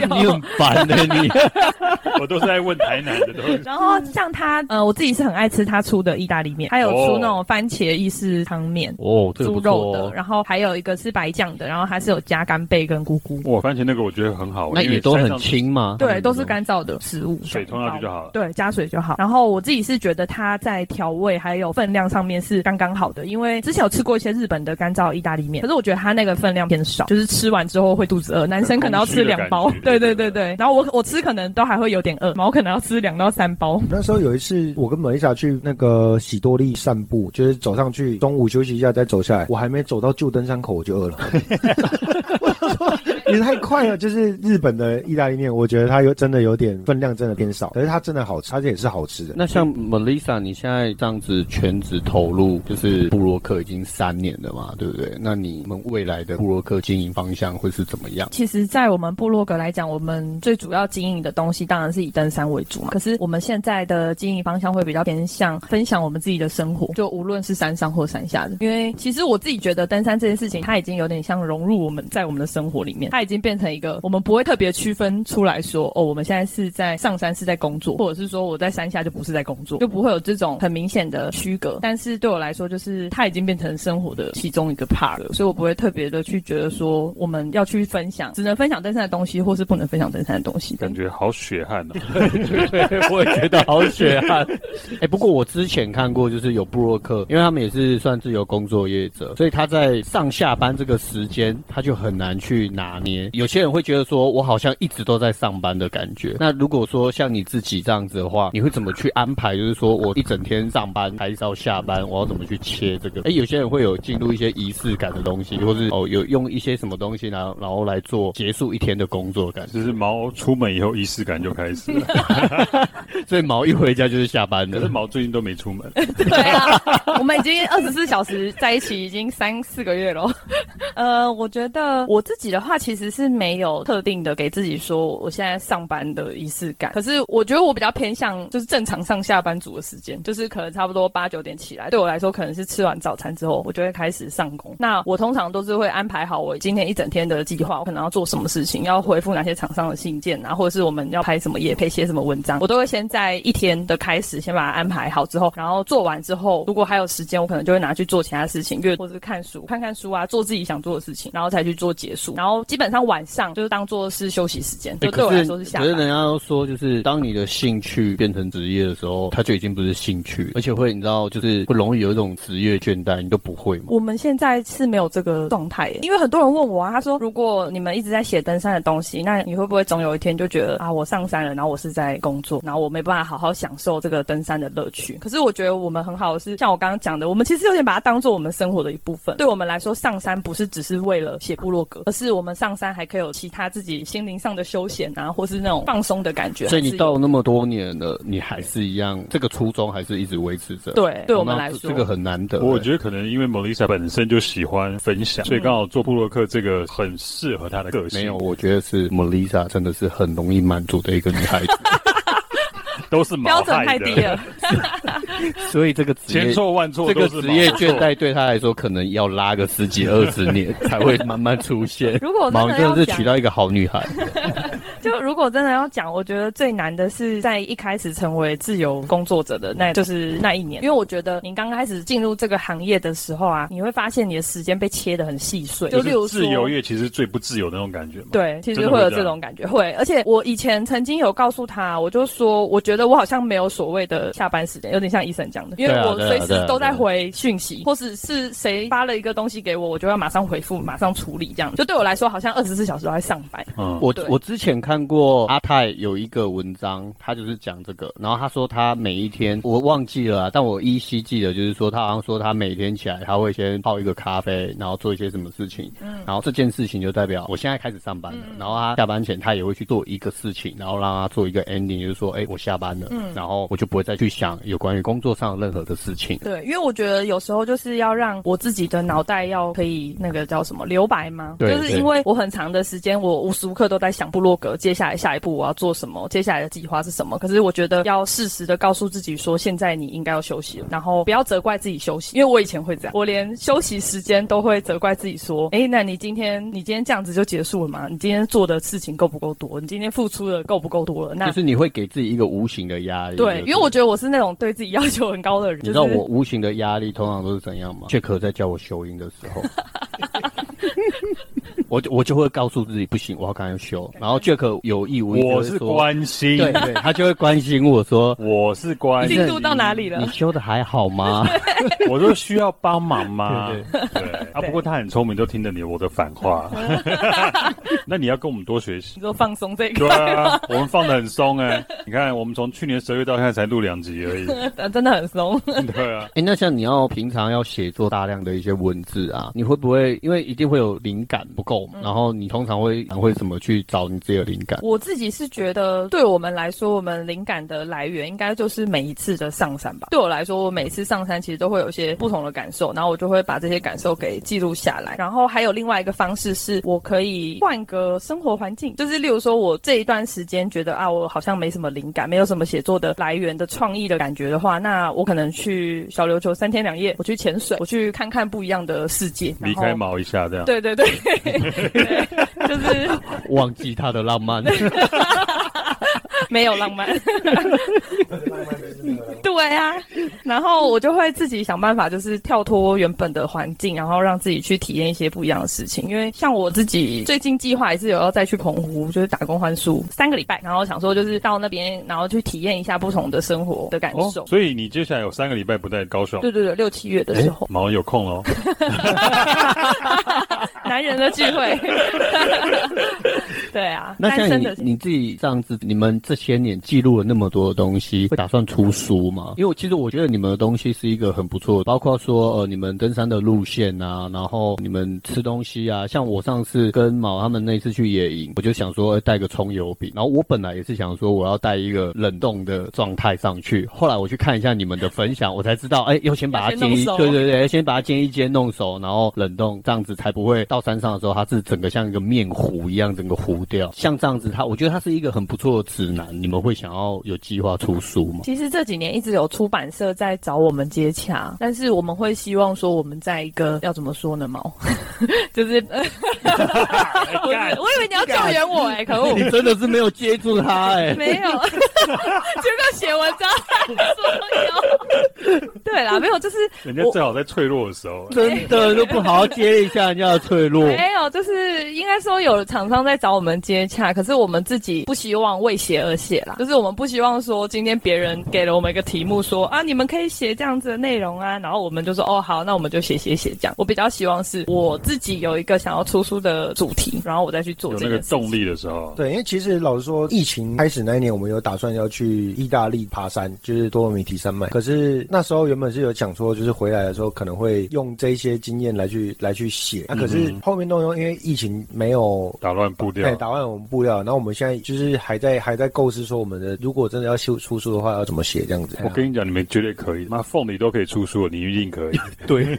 你很烦的、
欸
你
我都是在问台南的，都 是
然后像它，呃，我自己是很爱吃它出的意大利面，还有
哦
出那种番茄意式汤面。
哦，这个
猪
不
肉
错、
的，
哦。
然后还有一个是白酱的，然后它是有加干贝跟菇菇，
我番茄那个我觉得很好，
那
因为
也都
山
很
上嗯
轻嘛。
对，都是干燥的食物，
水冲下去就好了。
对，加水就好。然后我自己是觉得它在调味还有分量上面是刚刚好的，因为之前有吃过一些日本的干燥意大利面，可是我觉得它那个分量偏少，就是吃完之后会肚子饿，男生可能要吃两包
空虚。的感觉
对对对对，然后我我吃可能都还会有点饿，然后可能要吃两到三包。
那时候有一次，我跟梅莎去那个喜多利散步，就是走上去，中午休息一下再走下来。我还没走到旧登山口，我就饿了。也太快了，就是日本的意大利面，我觉得它有真的有点分量，真的偏少，可是它真的好吃，它也是好吃的。
那像 Melissa，你现在这样子全职投入就是布洛克已经三年了嘛，对不对？那你们未来的布洛克经营方向会是怎么样？
其实，在我们部落格来讲，我们最主要经营的东西当然是以登山为主嘛。可是我们现在的经营方向会比较偏向分享我们自己的生活，就无论是山上或山下的。因为其实我自己觉得登山这件事情，它已经有点像融入我们在我们的生活里面，它已经变成一个我们不会特别区分出来说，哦，我们现在是在上山是在工作，或者是说我在山下就不是在工作，就不会有这种很明显的区隔。但是对我来说，就是它已经变成生活的其中一个 part 了，所以我不会特别的去觉得说我们要去分享，只能分享登山的东西，或是不能分享登山的东西。
感觉好血汗哦！
我也觉得好血汗。 哎、不过我之前看过，就是有布洛克，因为他们也是算自由工作业者，所以他在上下班这个时间，他就很难去拿捏。有些人会觉得说，我好像一直都在上班的感觉。那如果说像你自己这样子的话，你会怎么去安排？就是说我一整天上班，还是到下班，我要怎么去切这个？哎、有些人会有进入一些仪式感的东西，或是哦有用一些什么东西，然后然后来做结束一天的工作感觉。
就是毛出门以后仪式感就开始了，
所以毛一回家就是下班的。
可是毛最近都没出门，
对啊， 我们已经二十四小时在一起，已经三四个月了。 呃，我觉得我自己的话，其实是没有特定的给自己说我现在上班的仪式感。可是我觉得我比较偏向就是正常上下班族的时间，就是可能差不多八九点起来。对我来说，可能是吃完早餐之后，我就会开始上工。那我通常都是会安排好我今天一整天的计划，我可能要做什么事情，要回复哪些厂商的信件啊，或者是我们要拍什么页配、写什么文章，我都会先在一天的开始先把它安排好之后，然后做完之后，如果还有时间，我可能就会拿去做其他事情，阅或者是看书、看看书啊，做自己想做的事情，然后才去做结束。然后基本上晚上就是当做是休息时间，
欸
就对我
可
来说是下
可是人
班。
家都说，就是当你的兴趣变成职业的时候，它就已经不是兴趣，而且会你知道，就是会容易有一种职业倦怠，你都不会嘛。
我们现在是没有这个状态耶，因为很多人问我啊，他说如果你们一直在写登山的东西，那你会不会总有一天就觉得啊，我上山了，然后我是在工作，然后我没办法好好享受这个登山的乐趣。可是我觉得我们很好的是，像我刚刚讲的，我们其实有点把它当做我们生活的一部分。对我们来说，上山不是只是为了写部落格，而是我们上山还可以有其他自己心灵上的休闲啊，或是那种放松的感觉。
所以你
还是有
到那么多年了，你还是一样，这个初衷还是一直维持着。哦
对对我们
那
来
这
说
这个很难得。
我觉得可能因为 Melissa 本身就喜欢分享，所以刚好做布洛克这个很适合她的个性。
欸没有，我觉得是 Melissa 真的是很容易满足的一个女孩 子，
都是毛
标准
害
太
的
低了，
所以这个职
千
业
错万错
这
都
个
是毛，
职业倦怠对她来说可能要拉个十几二十年才会慢慢出现。
如果真的
毛你真的是
要讲
娶到一个好女孩，
就如果真的要讲，我觉得最难的是在一开始成为自由工作者的那，就是那一年，因为我觉得你刚开始进入这个行业的时候啊，你会发现你的时间被切得很细碎，就
就
例如
是
说
自由业其实最不自由的那种感觉嘛。，
对，其实
真的
会
会
有
这
这
样
种感觉，会。而且我以前曾经有告诉他，我就说，我觉得我好像没有所谓的下班时间，有点像医生讲的，因为
对啊
我
对啊
随时
对啊
都在
对啊
回讯息，或者是谁发了一个东西给我，我就要马上回复，马上处理，这样就对我来说好像二十四小时都在上班。
嗯，
我
对
我之前看过阿泰有一个文章，他就是讲这个，然后他说他每一天我忘记了啊，但我依稀记得，就是说他好像说他每天起来他会先泡一个咖啡，然后做一些什么事情，
嗯
然后这件事情就代表我现在开始上班了，然后他下班前他也会去做一个事情，然后让他做一个 ending，就是说，哎、我下班了，
嗯
然后我就不会再去想有关于工作上的任何的事情。
对，因为我觉得有时候就是要让我自己的脑袋要可以那个叫什么留白吗？
对
就是
对
因为我很长的时间，我无时无刻都在想部落格，接下来下一步我要做什么，接下来的计划是什么。可是我觉得要适时的告诉自己说，现在你应该要休息了，然后不要责怪自己休息，因为我以前会这样，我连休息时间都会责怪自己说，哎，那你今天你今天这样子就结束了吗？你今天做的事情够不够多？你今天付出的够不够多了？那
就是你会给自己一个无形的压力，
对，
就
因
是
为我觉得我是那种对自己要求很高的人，
你知道
就是
我无形的压力通常都是怎样吗？杰克在叫我修音的时候，我就我就会告诉自己不行，我要赶快修。然后杰克有意无意
我
就是说，
关心，，
对对，他就会关心我说
我是关
进
心，
度到哪里
你
了？
修的还好吗？
我说需要帮忙吗？
对
对啊，不过他很聪明，都听得你我的反话。 那你要跟我们多学习。
你说放松这一
对
块，
啊，我们放的很松哎、你看，我们从去年十月到现在才录两集 而已。
呃真的很松。
对啊，
哎、那像你要平常要写作大量的一些文字啊，你会不会因为一定会有灵感不够嘛，然后你通常会会怎么去找你自己的灵感？
我自己是觉得，对我们来说，我们灵感的来源应该就是每一次的上山吧。对我来说，我每次上山其实都会有一些不同的感受，然后我就会把这些感受给记录下来。然后还有另外一个方式是，我可以换个生活环境，就是例如说我这一段时间觉得啊，我好像没什么灵感，没有什么写作的来源的创意的感觉的话，那我可能去小琉球三天两夜，我去潜水，我去看看不一样的世界，然
离
后
开。毛一下这样。
对对 对，对就是
忘记他的浪漫，
没有浪漫。 对啊，然后我就会自己想办法，就是跳脱原本的环境，然后让自己去体验一些不一样的事情。因为像我自己最近计划也是有要再去澎湖，就是打工换宿三个礼拜，然后想说就是到那边，然后去体验一下不同的生活的感
哦
受。，
所以你接下来有三个礼拜不在高雄，
对对对，六七月的时候，
毛有空哦 喽。
男人的聚 会。对啊，
那
单
像
身
你
的
你自己这样子，你们这些年记录了那么多的东西，会打算出书吗？因为我其实我觉得你们的东西是一个很不错的，包括说呃你们登山的路线啊，然后你们吃东西啊，像我上次跟毛他们那次去野营，我就想说呃带个葱油饼，然后我本来也是想说我要带一个冷冻的状态上去，后来我去看一下你们的分享，我才知道，哎、要先把它
要先
煎一，
弄熟
对对对，哎先把它煎一煎弄熟，然后冷冻，这样子才不会到山上的时候它是整个像一个面糊一样，整个糊掉。像这样子它，我觉得它是一个很不错的指南。你们会想要有计划出书 吗？
其实这几年一直有出版社在找我们接洽，但是我们会希望说我们在一个要怎么说呢？毛， 就是，呃
哎
我以为我以为你要救援我哎、可 恶
你，真的是没有接住它哎、
没有，结 果写文章还说有，对啦，没有，就是
人家最好在脆弱的时候。
真的都不好好接一下人家的脆弱。
没有，就是应该说有厂商在找我们们接洽，可是我们自己不希望为写而写啦，就是我们不希望说今天别人给了我们一个题目说啊，你们可以写这样子的内容啊，然后我们就说哦好，那我们就写写写这样。我比较希望是我自己有一个想要出书的主题，然后我再去做
有
这
那个
件事
动力的时候，
对，因为其实老实说，疫情开始那一年，我们有打算要去意大利爬山，就是多米提山脉。可是那时候原本是有想说，就是回来的时候可能会用这些经验来去来去写。那、可是后面都用，因为疫情没有。
打乱步调
哎，，打乱我们布料，然后我们现在就是还在还在构思说我们的如果真的要修出书的话要怎么写这样子。
我跟你讲，你们绝对可以。妈，凤梨都可以出书了，你一定可以。
对，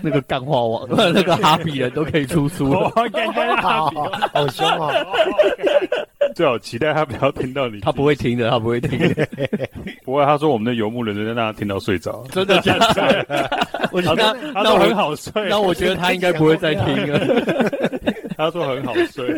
那个干话王，不是那个哈比人都可以出书
哦
了。
感觉
好好凶哦！
最好期待他不要听到你。
他不会听的，他不会听的，
不会，他说我们的游牧人在那听到睡着。
真的假的？ 我觉
他
得
说他说很，好睡，
那我觉得他应该不会再听了。
他说很好 睡。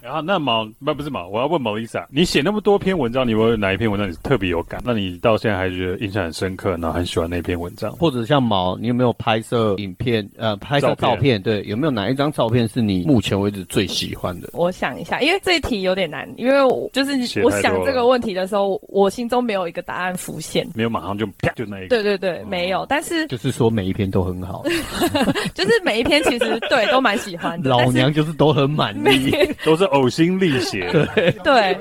然后那毛不不是毛，我要问毛 Lisa，你写那么多篇文章，你有没有哪一篇文章你是特别有感？那你到现在还觉得印象很深刻，然后很喜欢那篇文章？
或者像毛，你有没有拍摄影片？呃，拍摄照
照
片，对，有没有哪一张照片是你目前为止最喜欢的？
我想一下，因为这一题有点难，因为我就是
写
我
太
想
多
这
了
个问题的时候，我心中没有一个答案浮现。
没有，马上就啪就那一个。
对对对，没有，但是
就是说每一篇都很 好，
就是每一篇其实对都蛮 喜欢的，
老
但是
娘就是都很满意。
都是呕心沥血。
对，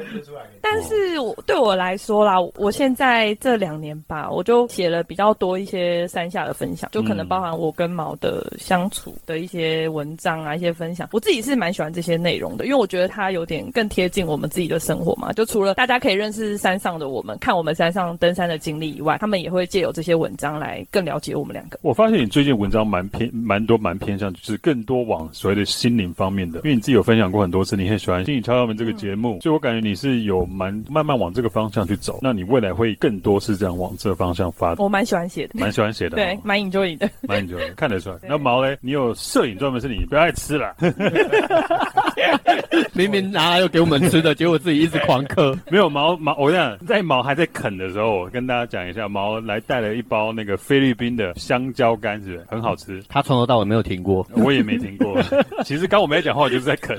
但是我对我来说啦，我现在这两年吧，我就写了比较多一些山下的分享，就可能
嗯
包含我跟毛的相处的一些文章啊，一些分享。我自己是蛮喜欢这些内容的，因为我觉得它有点更贴近我们自己的生活嘛。就除了大家可以认识山上的我们，看我们山上登山的经历以外，他们也会借由这些文章来更了解我们两个。
我发现你最近文章蛮偏蛮多蛮偏向，就是更多往所谓的心灵方面的，因为你自己有分享过很多次，你很喜欢《心理敲敲门》这个节
嗯
目，所以我感觉你是有蛮慢慢往这个方向去走。那你未来会更多是这样往这方向发展，
我蛮喜欢写的，
蛮喜欢写的、
哦
哦
对，蛮 enjoy 的。
蛮喜欢，看得出来。那毛嘞，你有摄影专门是你，不要爱吃 了，
明明拿来又给我们吃的，结果自己一直狂嗑。
没有毛毛，我想在毛还在啃的时候，我跟大家讲一下，毛来带了一包那个菲律宾的香蕉干，是不是很好吃？
他从头到尾没有停过，
我也没听过。其实刚我没在讲话，我就是在 啃。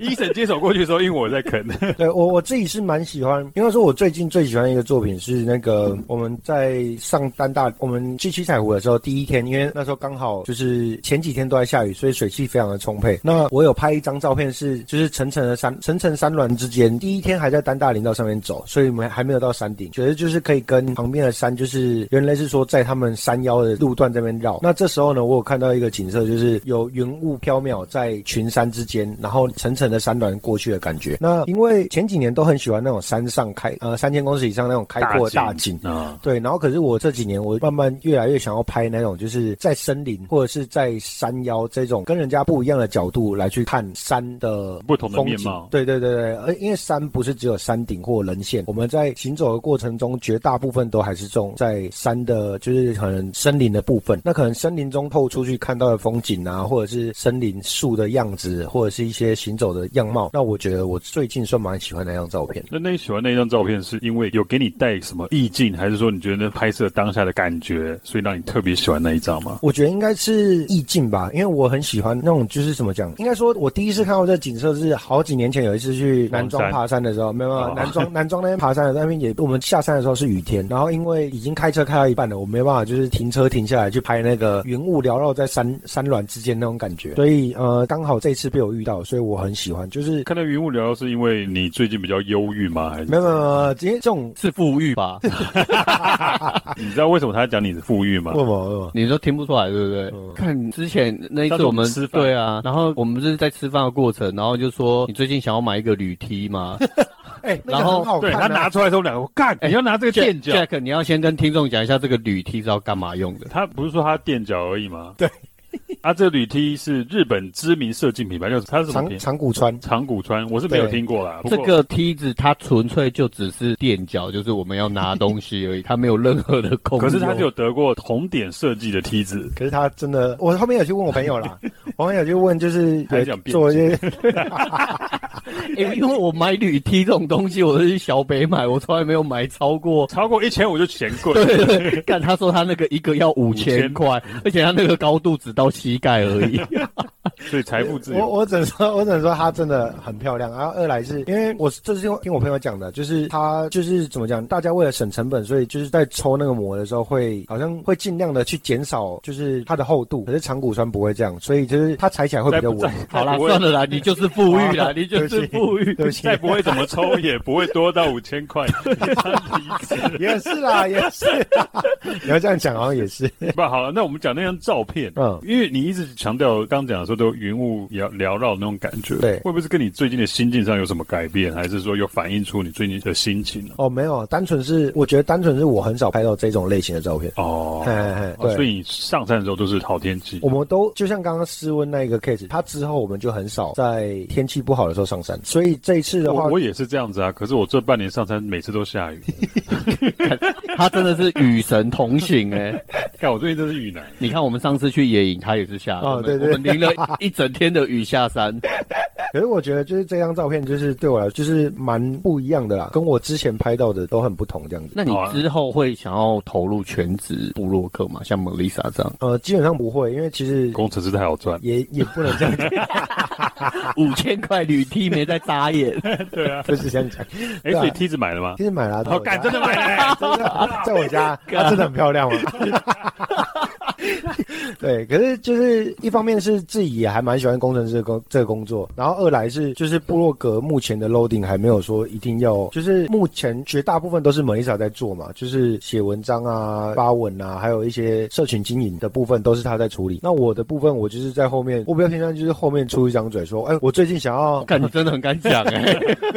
医生接手过去的时候，因为我在啃。
对我我自己是蛮喜欢，应该说我最近最喜欢一个作品是那个我们在上丹大，我们去七彩湖的时候第一天，因为那时候刚好就是前几天都在下雨，所以水汽非常的充沛。那我有拍一张照片是就是层层的山，层层山峦之间，第一天还在丹大林道上面走，所以我们还没有到山顶，觉得就是可以跟旁边的山，就是原来是说在他们山腰的路段这边绕。那这时候呢，我有看到一个景色，就是有云雾飘渺在群山之间，然后层层的山峦过去的感觉。那因为前几年都很喜欢那种山上开呃三千公尺以上那种开阔的大景。
啊，
对，然后可是我这几年我慢慢越来越想要拍那种就是在森林或者是在山腰这种跟人家不一样的角度来去看山的
不同的
风
面
景
貌
对对对对，而因为山不是只有山顶或人线，我们在行走的过程中，绝大部分都还是这种在山的，就是可能森林的部分。那可能森林中透出去看到的风景啊，或者是森林树的样子，或者是一些行走的样貌。那我觉得我最近算蛮喜欢那张照片。
那那你喜欢那张照片，是因为有给你带什么意境，还是说你觉得那拍摄当下的感觉，所以让你特别喜欢那一张吗？
我觉得应该是意境吧，因为我很喜欢那种，就是怎么讲？应该说，我第一次看到这景色是好几年前有一次去南庄
龙山
爬山的时候，没有没有
哦
南庄 南庄那边爬山的时候那边也，我们下山的时候是雨天，然后因为已经开车开到一半了，我没办法就是停车停下来去拍那个云雾缭绕在山 山峦之间那种感觉，所以呃，刚好这次被我遇到，所以我很喜欢，就是
看到云雾缭绕，是因为你最近比较忧郁吗？还是
没有没有没有，因呃为这种
是富裕吧？
你知道为什么他讲你是富裕吗
为？什么为什么？
你都听不出来，对不对？
嗯
看之前那一
上次
次我
我们
们
吃饭
对啊，然后我们不是在吃饭的过程，然后就说你最近想要买一个铝梯吗？
哎、那
然
个
后
很好
对
看、啊，
他拿出来的时候，我们两个干，
哎
你要拿这个垫脚。
Jack，你要先跟听众讲一下这个铝梯是要干嘛用的。
他不是说他垫脚而已吗？对。啊，这铝梯是日本知名设计品牌，就是它是什么
长
品？
长谷川。
长谷川，我是没有听过啦。不
这
过
个梯子它纯粹就只是垫脚，就是我们要拿东西而已，它没有任何的功用。
可是它是有得过红点设计的梯子，
可是他真的，我后面有去问我朋 友啦，我后面有去问，就是
还想变
做一些
欸、因为我买铝梯这种东西，我是去小北买，我从来没有买超 过。
超过一千五就嫌贵。
对对，但 他说他那个一个要五千块，而且他那个高度只到膝盖而已。
所以财富自
我
由。
我只能说，我只能说她真的很漂亮。然后二来是因为我是这是听听我朋友讲的，就是她就是怎么讲，大家为了省成本，所以就是在抽那个膜的时候会好像会尽量的去减少就是它的厚度，可是长骨栓不会这样，所以就是它踩起来会比较稳。
好啦，
不会
算了啦，你就是富裕 啦，你就是富裕。
啊对不起
再，不会怎么抽，也不会多到五千块。离职
也是啦，也是啦。你要这样讲，好像也是。
不好了，那我们讲那张照片，
嗯
因为你一直强调刚讲的时候都云雾缭缭绕的那种感觉，
对
会不会是跟你最近的心境上有什么改变，还是说有反映出你最近的心情呢？
哦，没有，单纯是我觉得单纯是我很少拍到这种类型的照片。
哦
嘿，嘿，
哦
哎对。
所以你上山的时候都是好天气
我，们都就像刚刚室温那一个 case，它之后我们就很少在天气不好的时候上山，所以这一次的话
我，我也是这样子啊，可是我这半年上山每次都下 雨，
他真的是与神同行哎、
看我最近真是雨男，
你看我们上次去野营，他也是下，
哦
我们
对对
我们淋了一整天的雨下 山。
可是我觉得就是这张照片，就是对我来说就是蛮不一样的啦，跟我之前拍到的都很不同这样子。
那你之后会想要投入全职部落客吗？像蒙丽莎这样
呃，基本上不会，因为其实
工程师太好赚，
也也不能这 样，
五千块铝梯没在眨 眼，
对啊，
就是这样讲。
哎，所以梯子买了吗
其？实买了，
好，
感
干真的买了、欸，
真的在我 家，它真的很漂亮嘛。 对，可是就是一方面是自己也还蛮喜欢工程师的工这个工作，然后二来是就是部落格目前的 loading 还没有说一定要，就是目前绝大部分都是 Melissa 在做嘛，就是写文章啊、发文啊，还有一些社群经营的部分都是他在处理。那我的部分我就是在后面，我比较偏向就是后面出一张嘴说，哎，我最近想要
看你真的很敢讲哎、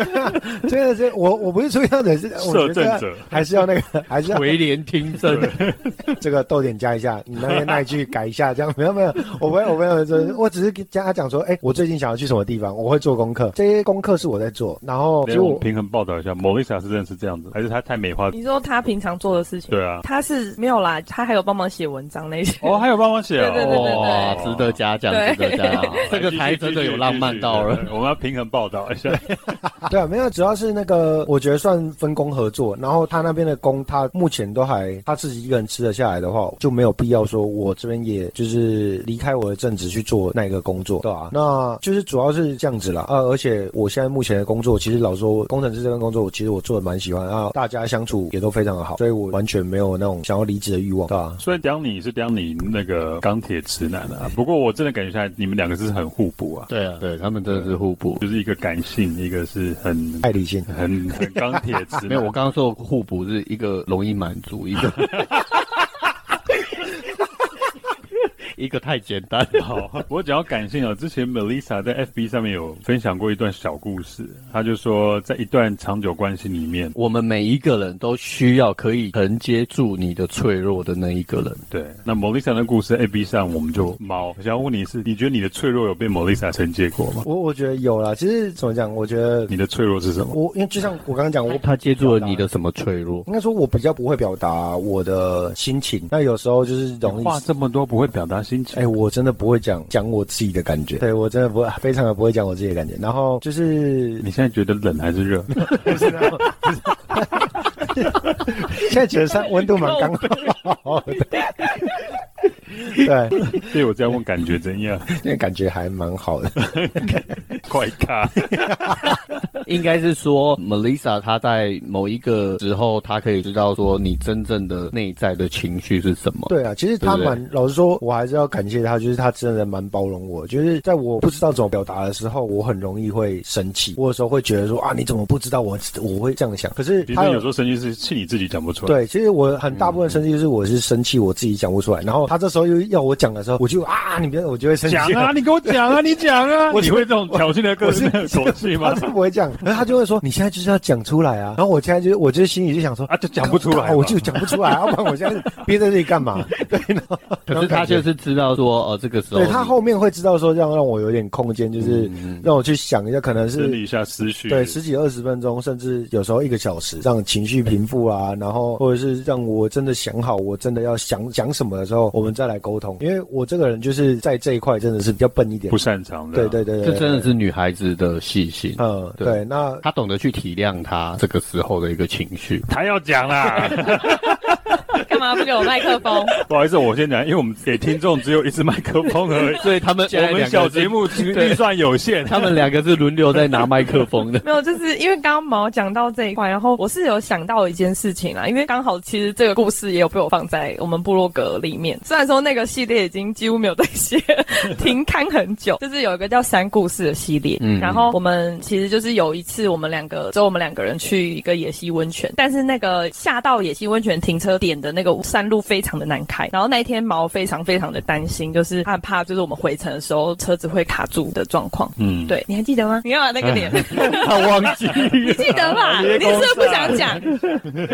真的是我我不是出一张嘴是 我觉
摄政
得
者
还是要那个还是要
垂帘听政。
这个逗点加一下，你那边那一句改一下，这样没有没有，我没有我没有说，我只是跟他讲说，哎、我最近想要去什么地方，我会做功课，这些功课是我在做，然后
来哎我们
就
平衡报道一下，某丽莎是真的是这样子，还是她太美化？
你说他平常做的事情，
对啊，
他是没有啦，他还有帮忙写文章那些。
哦，还有帮忙写哦，
对对对对对
哇，值得嘉奖，值得
啊
嘉奖， 这个才真的有浪漫到了。
我们要平衡报道一下。
对啊，没有，主要是那个我觉得算分工合作，然后他那边的工他目前都还他自己一个人吃得下来的话，就没有必要说我这边也就是离开我的正职去做那个工作，对吧、那就是主要是这样子啦，啊，而且我现在目前的工作，其实老实说工程师这份工作，我其实我做的蛮喜欢啊，大家相处也都非常的好，所以我完全没有那种想要离职的欲望，对啊吧、
虽然讲你是讲你那个钢铁直男啊，不过我真的感觉下来，你们两个是很互补啊，
对啊，对他们真的是互补。
就是一个感性，一个是很
爱理性。
很很钢铁直男。
没有，我刚刚说互补是一个容易满足，一 个一个太简单了。
好，我只要感性啊。之前 Melissa 在 FB 上面有分享过一段小故事，她就说，在一段长久关系里面，
我们每一个人都需要可以承接住你的脆弱的那一个人。
对，那 Melissa 的故事 FB 上我们就猫。我想要问你是，你觉得你的脆弱有被 Melissa 承接过吗？
我我觉得有啦，其实怎么讲，我觉得
你的脆弱是什么？
我因为就像我刚刚讲，我
他接住了你的什么脆弱？
应该说，我比较不会表达我的心情，那有时候就是容易。
话这么多不会表达心情
哎、，我真的不会讲讲我自己的感觉，对我真的不会，非常的不会讲我自己的感觉。然后就是
你现在觉得冷还是热？
现在觉得上温度蛮刚好的，对，
所以我这样问感觉怎样？
现在感觉还蛮好的。
快卡。
应该是说，Melissa 她在某一个时候，她可以知道说你真正的内在的情绪是什么。
对啊，其实他
对不对
蛮，老实说，我还是要感谢他，就是他真的蛮包容我。就是在我不知道怎么表达的时候，我很容易会生气，我有时候会觉得说啊，你怎么不知道我我会这样想？可是
其实
他
有时候生气是气你自己讲不出来。
对，其实我很大部分生气就是我是生气我自己讲不出来，然后他这时候又要我讲的时候，我就啊，你别，我就会生气。
讲 啊，你给我讲啊，你讲啊！你会这种挑衅的个性的口气吗
他？是不会讲，啊然后他就会说：“你现在就是要讲出来啊！”然后我现在就是，我就是心里就想说：“
啊，就讲不出来嘛，
我就讲不出来，要不然我现在憋在这里干嘛？”对，然后
可是她就。是知道说，哦，这个时候
对
你
他后面会知道说让让我有点空间，就是让我去想一下，可能
整
是
理一下思绪。
对十几二十分钟，甚至有时候一个小时，让情绪平复啊，然后或者是让我真的想好，我真的要想讲什么的时候，我们再来沟通。因为我这个人就是在这一块真的是比较笨一点
不，擅长的。
对对对
这
对，
真的
对，
是女孩子的细心。
嗯，啊对，那
她懂得去体谅她这个时候的一个情绪，，
他要讲啦，
干嘛不给我麦克风？。
不好意思，我先讲，因为我们给听众只有一支麦克风而已
所以他们哎
我们小节
目，
目预算有限，
他们两个是轮流在拿麦克风 的
没有，就是因为刚刚毛讲到这一块，然后我是有想到一件事情啊啦，因为刚好其实这个故事也有被我放在我们部落格里面，虽然说那个系列已经几乎没有在写， 停刊很久，就是有一个叫三故事的系列，
嗯
然后我们其实就是有一次我们两个，只有我们两个人去一个野溪温泉，但是那个下到野溪温泉停车点的那个山路非常的难开，然后那一天毛非常非常的担心，就是他很怕就是我们回程的时候车子会卡住的状况，
嗯，
对，你还记得吗？你看那个脸。
他忘记
你记得吧？
直接
你是不是
公
不
司啊
想讲？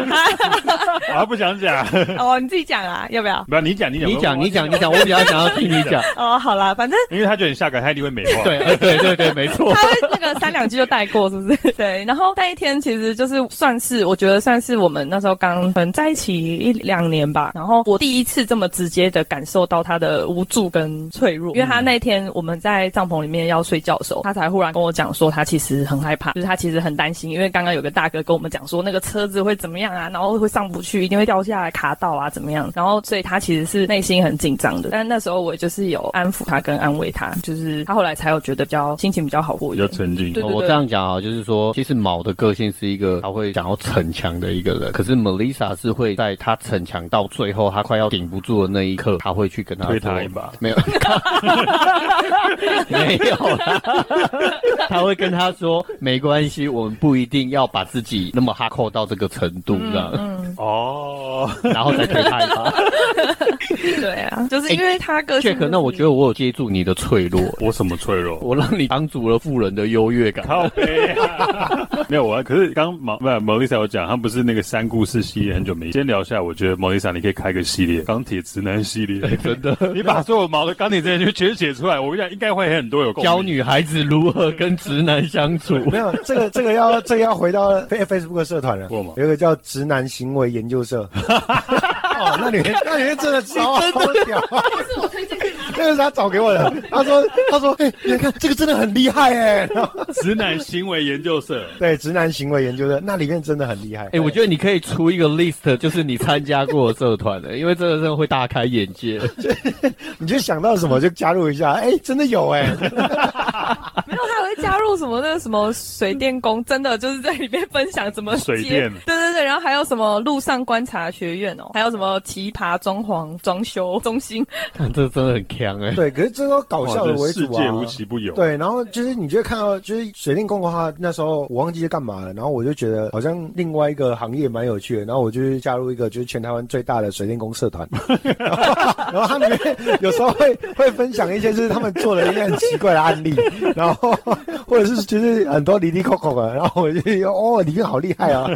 啊
啊，不想讲，
哦，你自己讲啊，要不要？
不，你讲，你讲，
你讲，你讲，你
我，
讲，我比较想要听你讲。
哦，好啦，反正
因为他觉得你下岗，他一定会美化。
对，呃对，对，对，没错
他。会那个三两句就带过，是不 是？对。然后那一天其实就是算是，我觉得算是我们那时候刚可能在一起一两年吧。然后我第一次这么直接的感受到他的无助跟脆弱，因为他那天我们在帐篷里面要睡觉的时候，他才忽然跟我讲说，他其实很害怕，就是他其实很担心，因为刚刚有个大哥跟我们讲说那个车子会怎么样啊，然后会上不去，一定会掉下来卡到啊，怎么样？然后所以他其实是内心很紧张的。但那时候我就是有安抚他跟安慰他，就是他后来才有觉得比较心情比较好过一
比
点
较。沉静。
对对
我这样讲啊，就是说，其实毛的个性是一个他会想要逞强的一个人，可是 Melissa 是会在他逞强到最后，他快要顶不住的那一刻，他会去跟他
推
说
他一把
没有， 没有啦， 他会跟他说没关系，我们不一定要把自己那么哈扣到这个程度，
嗯
这样，
哦，
然后再推他一把。
对啊，就是因为他个性、
哎 Jack，那我觉得我有接住你的脆弱，
我什么脆弱？
我让你当主了富人的优越感。
靠背、啊， 没有我，可是刚毛不是 Melissa 有讲，他不是那个三故事系列很久没。先聊一下，我觉得 Melissa 你可以开个系列，钢铁直男系列， 真的，你把所有毛的钢铁直男全写出来，我跟你讲，应该会很多有共鸣
教。女孩子如何跟直男相处。
没有这个，这个要这个要回到 Fa- Facebook 的社团了
过吗，
有一个叫直男行为研究社。 哦，那里面那里面真的超好屌啊， 那个是他找给我的，他说他说，哎、你看这个真的很厉害 哎、然后
直男行为研究社，
对，直男行为研究社那里面真的很厉害。
哎、我觉得你可以出一个 list，就是你参加过的社团的，因为这个真的会大开眼界。
哎你就想到什么就加入一下，哎、真的有哎、
没有，他会加入什么那个什么水电工，真的就是在里面分享怎么接
水电
对对对，然后还有什么路上观察学院哦，还有什么奇葩装潢装修中心，
看，这真的很强哎、
对，可是这都搞笑的
哇
为
这世
主
界
啊。
无奇不有。
对，然后就是你就会看到，就是水电工的话，那时候我忘记是干嘛了，然后我就觉得好像另外一个行业蛮有趣的，然后我就去加入一个就是全台湾最大的水电工社团， 然后然后他们有时候会会分享一些就是他们做了一些很奇怪的案例，然后或者是就是很多离离扣扣的，然后我就觉得哦，里面好厉害啊！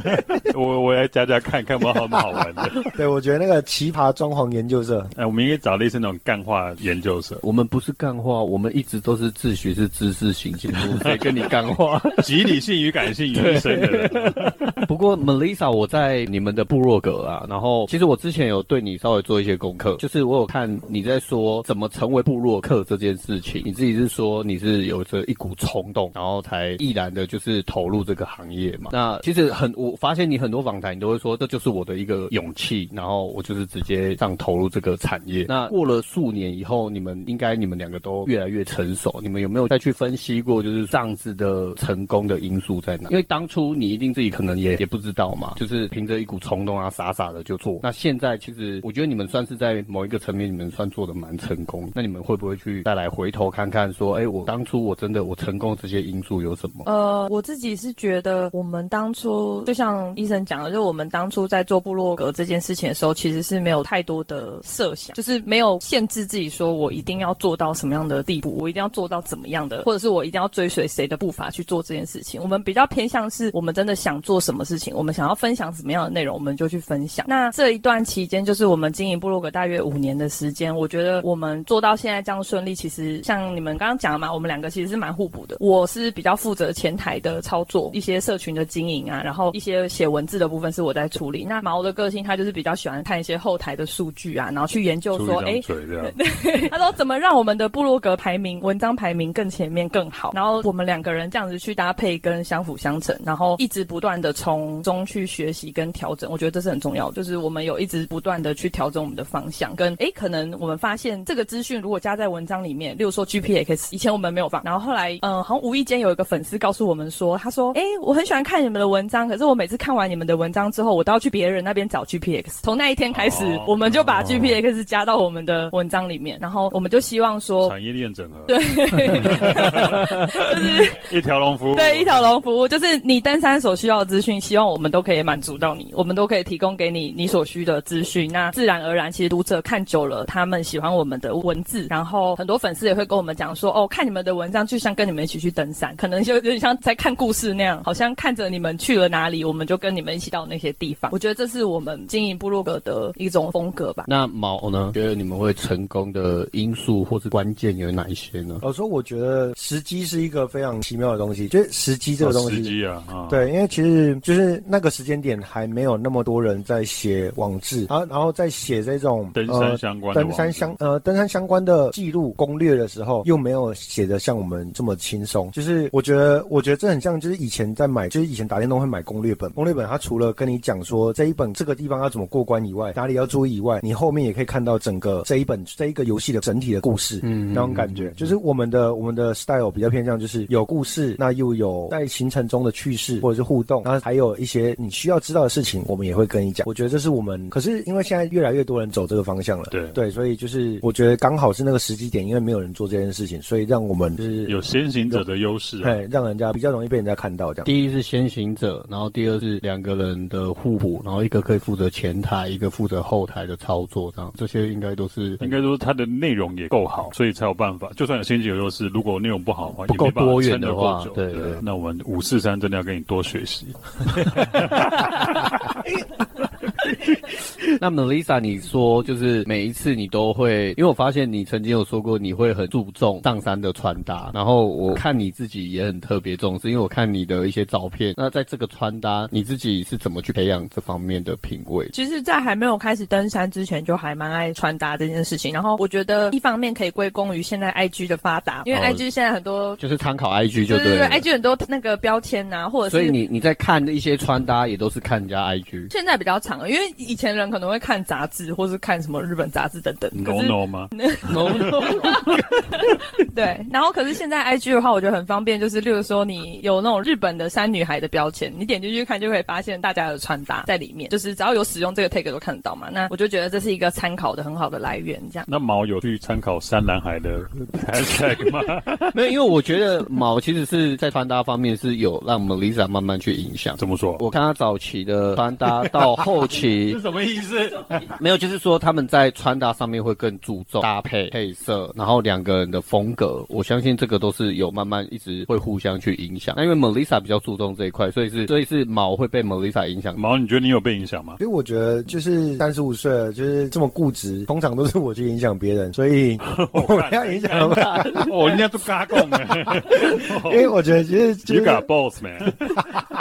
我我来加加看看，有没有好好玩 的。
对，我觉得那个奇葩装潢研究社，
哎，我们应该找类似那种干化研究 社，
我们不是干话，我们一直都是自诩是知识型节目，谁跟你干话？
集理性与感性于一身的 人。
不过 Melissa，我在你们的部落格啊，然后其实我之前有对你稍微做一些功课，就是我有看你在说怎么成为部落客这件事情，你自己是说你是有着一股冲动，然后才毅然的就是投入这个行业嘛。那其实很，我发现你很多访谈你都会说这就是我的一个勇气，然后我就是直接上投入这个产业。那过了数年以后，你们应该你们两个都越来越成熟，你们有没有再去分析过就是这样子的成功的因素在哪？因为当初你一定自己可能也也不知道嘛，就是凭着一股冲动啊，傻傻的就做。那现在其实我觉得你们算是在某一个层面，你们算做的蛮成功。那你们会不会去再来回头看看说，哎，我当初我真的我成功这些因素有什么？
呃，我自己是觉得，我们当初就像医生讲的，就我们当初在做部落格这件事情的时候，其实是没有太多的设想，就是没有限制自己说我一定要做到什么样的地步，我一定要做到怎么样的，或者是我一定要追随谁的步伐去做这件事情。我们比较偏向是我们真的想做什么事情，我们想要分享什么样的内容，我们就去分享。那这一段期间，就是我们经营部落格大约五年的时间，我觉得我们做到现在这样顺利，其实像你们刚刚讲的嘛，我们两个其实是蛮互补的。我是比较负责前台的操作，一些社群的经营啊，然后一些写文字的部分是我在处理。那毛的个性，他就是比较喜欢看一些后台的数据啊，然后去研究
出一
说，哎
张，嘴这样，
他说怎么让我们的部落格排名、文章排名更前面更好，然后我们两个人这样子去搭配跟相辅相成，然后一直不断的从中去学习跟调整，我觉得这是很重要的，就是我们有一直不断的去调整我们的方向，跟诶可能我们发现这个资讯如果加在文章里面，例如说 GPX，以前我们没有放，然后后来嗯、呃好像无意间有一个粉丝告诉我们说，他说诶我很喜欢看你们的文章，可是我每次看完你们的文章之后，我都要去别人那边找 GPX，从那一天开始，
哦
我们就把 GPX 加到我们的文章里面，然后我们就希望说，
产业链整合，
就是
一条龙服务，
对一条龙服务，就是你登山所需要的资讯，希望我们都可以满足到你，我们都可以提供给你你所需的资讯。那自然而然，其实读者看久了，他们喜欢我们的文字，然后很多粉丝也会跟我们讲说，哦，看你们的文章就像跟你们一起去登山，可能就有点像在看故事那样，好像看着你们去了哪里，我们就跟你们一起到那些地方。我觉得这是我们经营部落格的一种风格吧。
那毛呢？觉得你们会成功的因素或是关键有哪一些呢？
老实哦说，我觉得时机是一个非常奇妙的东西，就是时机这个东
时
西。
机啊，啊，
对，因为其实就是那个时间点还没有那么多人在写网志，然后然后在写这种
登
呃
山相关的网
登
址，
山相呃登山相关的记录攻略的时候，又没有写的像我们这么轻松。就是我觉得，我觉得这很像，就是以前在买，就是以前打电动会买攻略本，攻略本它除了跟你讲说这一本这个地方要怎么过关以外，哪里要注意以外，你后面也可以看到整个这一本这一个游戏的整体的故事，嗯，那种感觉。就是我们的我们的 style 比较偏向就是有故事，那又有在行程中的趣事或者是互动，然后还有一些你需要知道的事情，我们也会跟你讲。我觉得这是我们，可是因为现在越来越多人走这个方向了，
对
对，所以就是我觉得刚好是那个时机点，因为没有人做这件事情，所以让我们就是
有先行者的优势啊，
哎，让人家比较容易被人家看到这样。
第一是先行者，然后第二是两个人的互补，然后一个可以负责前台，一个负责后台的操作，这样这些应该都是
应该说它的内容也够好，所以才有办法。就算有先行者优势，如果内容不好的话，
不够
也没办法
多元
撑得
的话
够久啊
对对
那我们五四三真的要跟你多学习。
那 Melissa，你说就是每一次你都会，因为我发现你曾经有说过你会很注重上山的穿搭，然后我看你自己也很特别重视，因为我看你的一些照片。那在这个穿搭，你自己是怎么去培养这方面的品味？
其实，在还没有开始登山之前，就还蛮爱穿搭这件事情。然后，我觉得一方面可以归功于现在 IG 的发达，因为
哦
IG 现在很多，
就是参考 IG 就
对对
了。
，IG 很多那个标签呐、或者是
所以你你在看的一些穿搭，也都是看人家 IG。
现在比较长了，因为以前人可能会看杂志，或是看什么日本杂志等等。可
No
是
no 吗？
No no，
对，然后可是现在 IG 的话，我觉得很方便，就是例如说你有那种日本的山女孩的标签，你点进去看就可以发现大家的穿搭在里面，就是只要有使用这个 tag 都看得到嘛。那我就觉得这是一个参考的很好的来源，这样。
那毛有去参考山男孩的 hashtag 吗？
没有，因为我觉得毛其实是在穿搭方面是有让 Melissa 慢慢去影响。
怎么说？
我看他早期的穿搭到后期
是，什么意思？
没有，就是说他们在穿搭上面会更注重搭配配色，然后两个人的风格，我相信这个都是有慢慢一直会互相去影响。那因为 Melissa 比较注重这一块，所以是所以是毛会被 Melissa 影响。
毛，你觉得你有被影响吗？
所以我觉得，就是三十五岁了，就是这么固执，通常都是我去影响别人，所以我们要影响吧。
哦，人家都嘎贡哎，
因为我觉得，就是就
你
是。
嘎 boss man，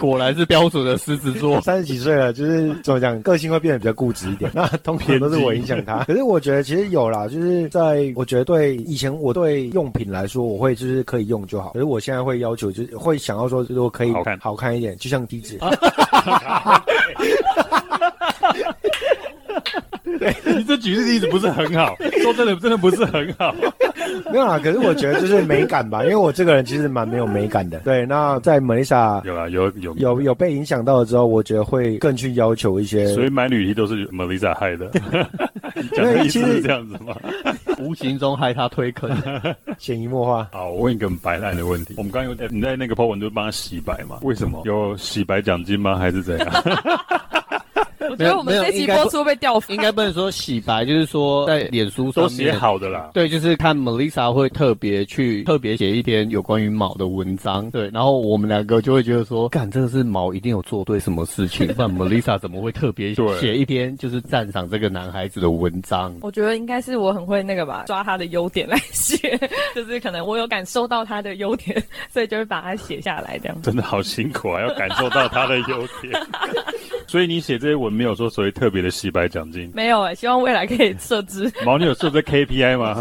果然是标准的狮子座
三十几岁了，就是怎么讲，个性会变得比较固执一点。那通常都是我影响他。可是我觉得其实有啦，就是在我觉得对以前我对用品来说，我会就是可以用就好。可是我现在会要求，就是会想要说，就是我可以
好看
好看一点，就像低脂。
你这举例子不是很好，说真的，真的不是很 好。
没有啦，可是我觉得就是美感吧，因为我这个人其实蛮没有美感的。对，那在 Melissa
有啦，有有
有。有被影响到了之后，我觉得会更去要求一些。
所以买履历都是 Melissa 害的，你 讲的意思是这样子吗？
无形中害他推坑。
潜移默化。
好，我问一个很白烂的问题。我们刚刚有你在那个 po 文就帮他洗白嘛？为什么？有洗白奖金吗？还是怎样？
我我觉得我们这集播出被掉粉
应该不能说洗白，就是说在脸书 上
都写。
面
好的啦。
对，就是看 Melissa 会特别去特别写一篇有关于毛的文章，对，然后我们两个就会觉得说，干，这个是毛一定有做对什么事情， 不然 Melissa 怎么会特别
对
写一篇就是赞赏这个男孩子的 文章？
我觉得应该是我很会那个吧，抓他的优点来写，就是可能我有感受到他的优点，所以就会把它写下来这样。
真的好辛苦啊，要感受到他的优点。 所以你写这些文没有说所谓特别的洗白奖金，
没有哎、希望未来可以设置。
毛你有设这 KPI 吗？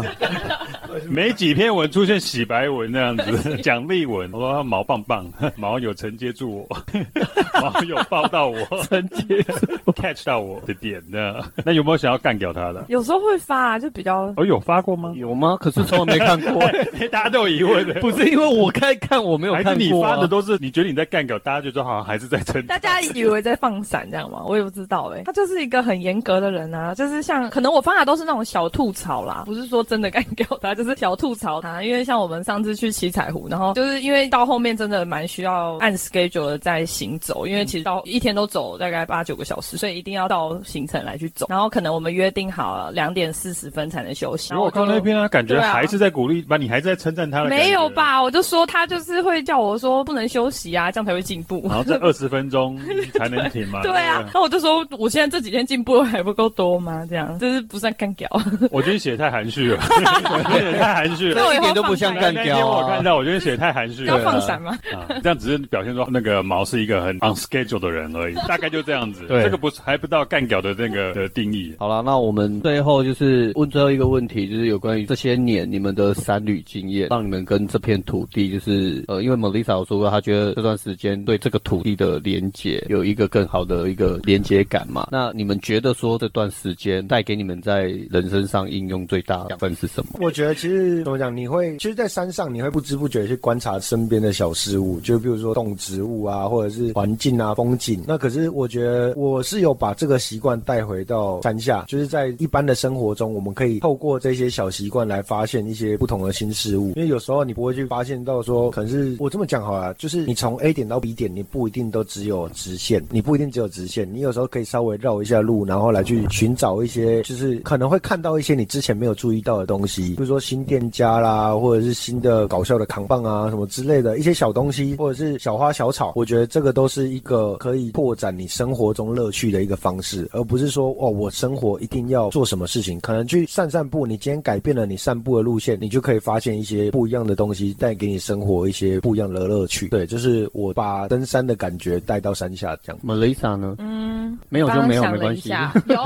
没几篇文出现洗白文那样子，奖励文，我说毛棒棒，毛有承接住我， 毛有抱到我，承接 catch 到我的点的。那有没有想要干掉他的？
有时候会发、啊就比较
哦，有发过吗？
有吗？可是从来没看过，
大家都有疑 问的，
不是因为我看看我没有
还
看过、
是
啊，
你发的都是你觉得你在干掉，大家就说好像还是在撑。
大家以为在放闪这样吗？我也不知道哎、他就是一个很严格的人啊，就是像可能我发的都是那种小吐槽啦，不是说真的干掉他，就是小吐槽他。因为像我们上次去七彩湖，然后就是因为到后面真的蛮需要按 schedule 的在行走，因为其实到一天都走大概八九个小时，所以一定要到行程来去走。然后可能我们约定好了两点四十分才能休 息。
如果我
然
看
后
那
就
篇啊，感觉
对啊
还是在鼓励，把你还是在称赞他的。
没有？吧？我就说他就是会叫我说不能休息啊，这样才会进步。
然后这二十分钟才能停嘛？
对啊，，那我就说我现在这几天进步还不够多吗？这样，这是不算干屌。
我觉得写得太含 蓄了，我觉得太含蓄了。
这一点都不像干
那天
掉
我
啊
看！到，我觉得写得太含蓄
啊要
了。
放闪吗？
啊，这样只是表现出那个毛是一个很 on schedule 的人而已，大概就这样子。
对
这个不是还不到干屌的那个的定义。
好了，那我们最后就是问最后一个问题，就是有关于这些年你们的山旅经验，让你们跟这片土地，就是呃，因为 Melissa 有说过，她觉得这段时间对这个土地的连接有一个更好的一个连接感嘛。那你们觉得说这段时间带给你们在人生上应用最大的养分是什么？
我觉得其实怎么讲，你会其实，在山上你会不知不觉地去观察身边的小事物，就比如说动植物啊，或者是环境啊、风景。那可是我觉得我是有把这个习惯带回到山下，就是在一般的生活中，我们可以透过这些小习惯来发现一些不同的新事物。因为有时候你不会去发现到说，可能是我这么讲好了，就是你从 A 点到 B 点，你不一定都只有直线，你不一定只有直线，你有时候可以稍微绕一下路，然后来去寻找一些，就是可能会看到一些你之前没有注意到的东西，比如说新店家啦，或者是新的搞笑的扛棒啊什么之类的一些小东西，或者是小花小草，我觉得这个都是一个可以拓展你生活中乐趣的一个方式，而不是说哦，我生活一定要做什么事情，可能去散散步，你今天改变了你散步的路线，你就可以发现一些不一样的东西，带给你生活一些不一样的乐趣。对，就是我把登山的感觉带到山下这样。
Melissa 呢？
嗯，
没有就没有，没
刚刚想了
关
一
系，
下有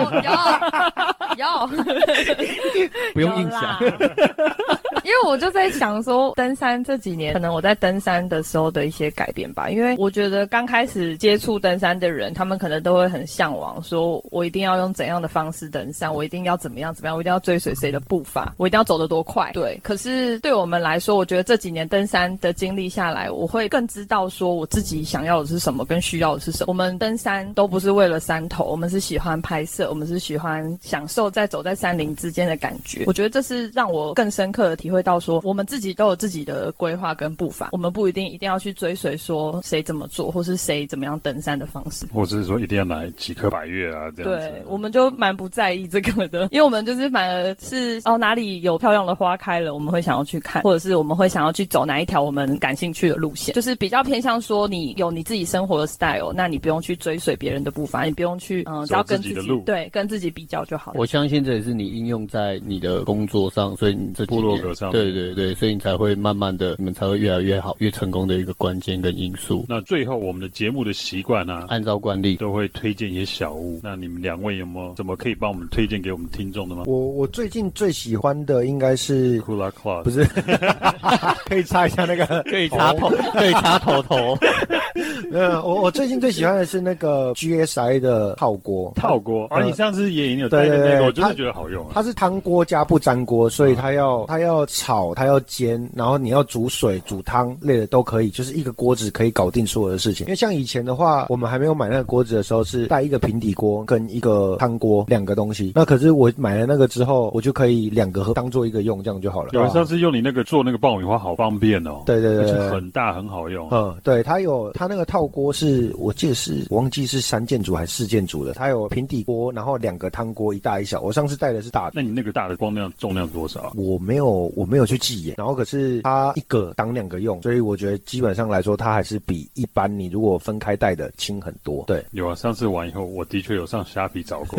有有，
不用硬
有啦
想。
因为我就在想说，登山这几年，可能我在登山的时候的一些改变吧。因为我觉得刚开始接触登山的人，他们可能都会很向往，说我一定要用怎样的方式登
嗯
山，我一定要怎么样怎么样，我一定要追随谁的步伐，我一定要走得多快。对，可是对我们来说，我觉得这几年登山的经历下来，我会更知道说我自己想要的是什么，跟需要的是什么。我们登山都不是为了山头，我们是喜欢拍摄，我们是喜欢享受在走在山林之间的感觉。我觉得这是让我更深刻的体会到说，我们自己都有自己的规划跟步伐，我们不一定一定要去追随说谁怎么做，或是谁怎么样登山的方式。
或者是说一定要来几颗百月啊，这样子。
对，我们就蛮不在意这个 的，因为我们就是反而是哦哪里有漂亮的花开了，我们会想要去看，或者是我们会想要去走哪一条我们感兴趣的路线，就是比较偏向说你有你自己生活的 style，那你不用去追随别人的步伐，你不用去嗯，只要跟
走自
自
己
己
的路
对跟自己比较就好了。
我相信这也是你应用在你的工作上，所以你这几
部落
年
格上
对对对，所以你才会慢慢的，你们才会越来越好、越成功的一个关键跟因素。
那最后我们的节目的习惯啊，
按照惯例，
都会推荐一些小物。那你们两位有没有怎么可以帮我们推荐给我们听众的吗
我我最近最喜欢的应该是
？Kula Claw
不是， 可以擦一下那 个，可以
插头，对，插头头，
呃，我我最近最喜欢的是那个 GSI 的泡锅，
套锅，而、
呃
你上次也有带的
对对
那个，
对
我真的
它
觉得好用啊。
它是汤锅加不粘锅，所以它要它要炒，它要煎，然后你要煮水、煮汤类的都可以，就是一个锅子可以搞定所有的事情。因为像以前的话，我们还没有买那个锅子的时候，是带一个平底锅跟一个汤锅两个东西。那可是我买了那个之后，我就可以两个合当做一个用，这样就好了。
有人上
对啊
次用你那个做那个爆米花，好方便哦。
对对
而
对
且
对对
很大，很好用。啊
嗯嗯，对，它有它那个套泡锅是我记得是我忘记是三件组还是四件组了，它有平底锅，然后两个汤锅，一大一小。我上次带的是大的。
那你那个大的光量重量多少啊？
我没有，我没有去记耶。然后可是它一个当两个用，所以我觉得基本上来说，它还是比一般你如果分开带的轻很多。对，
有啊，上次玩以后，我的确有上虾皮找 过，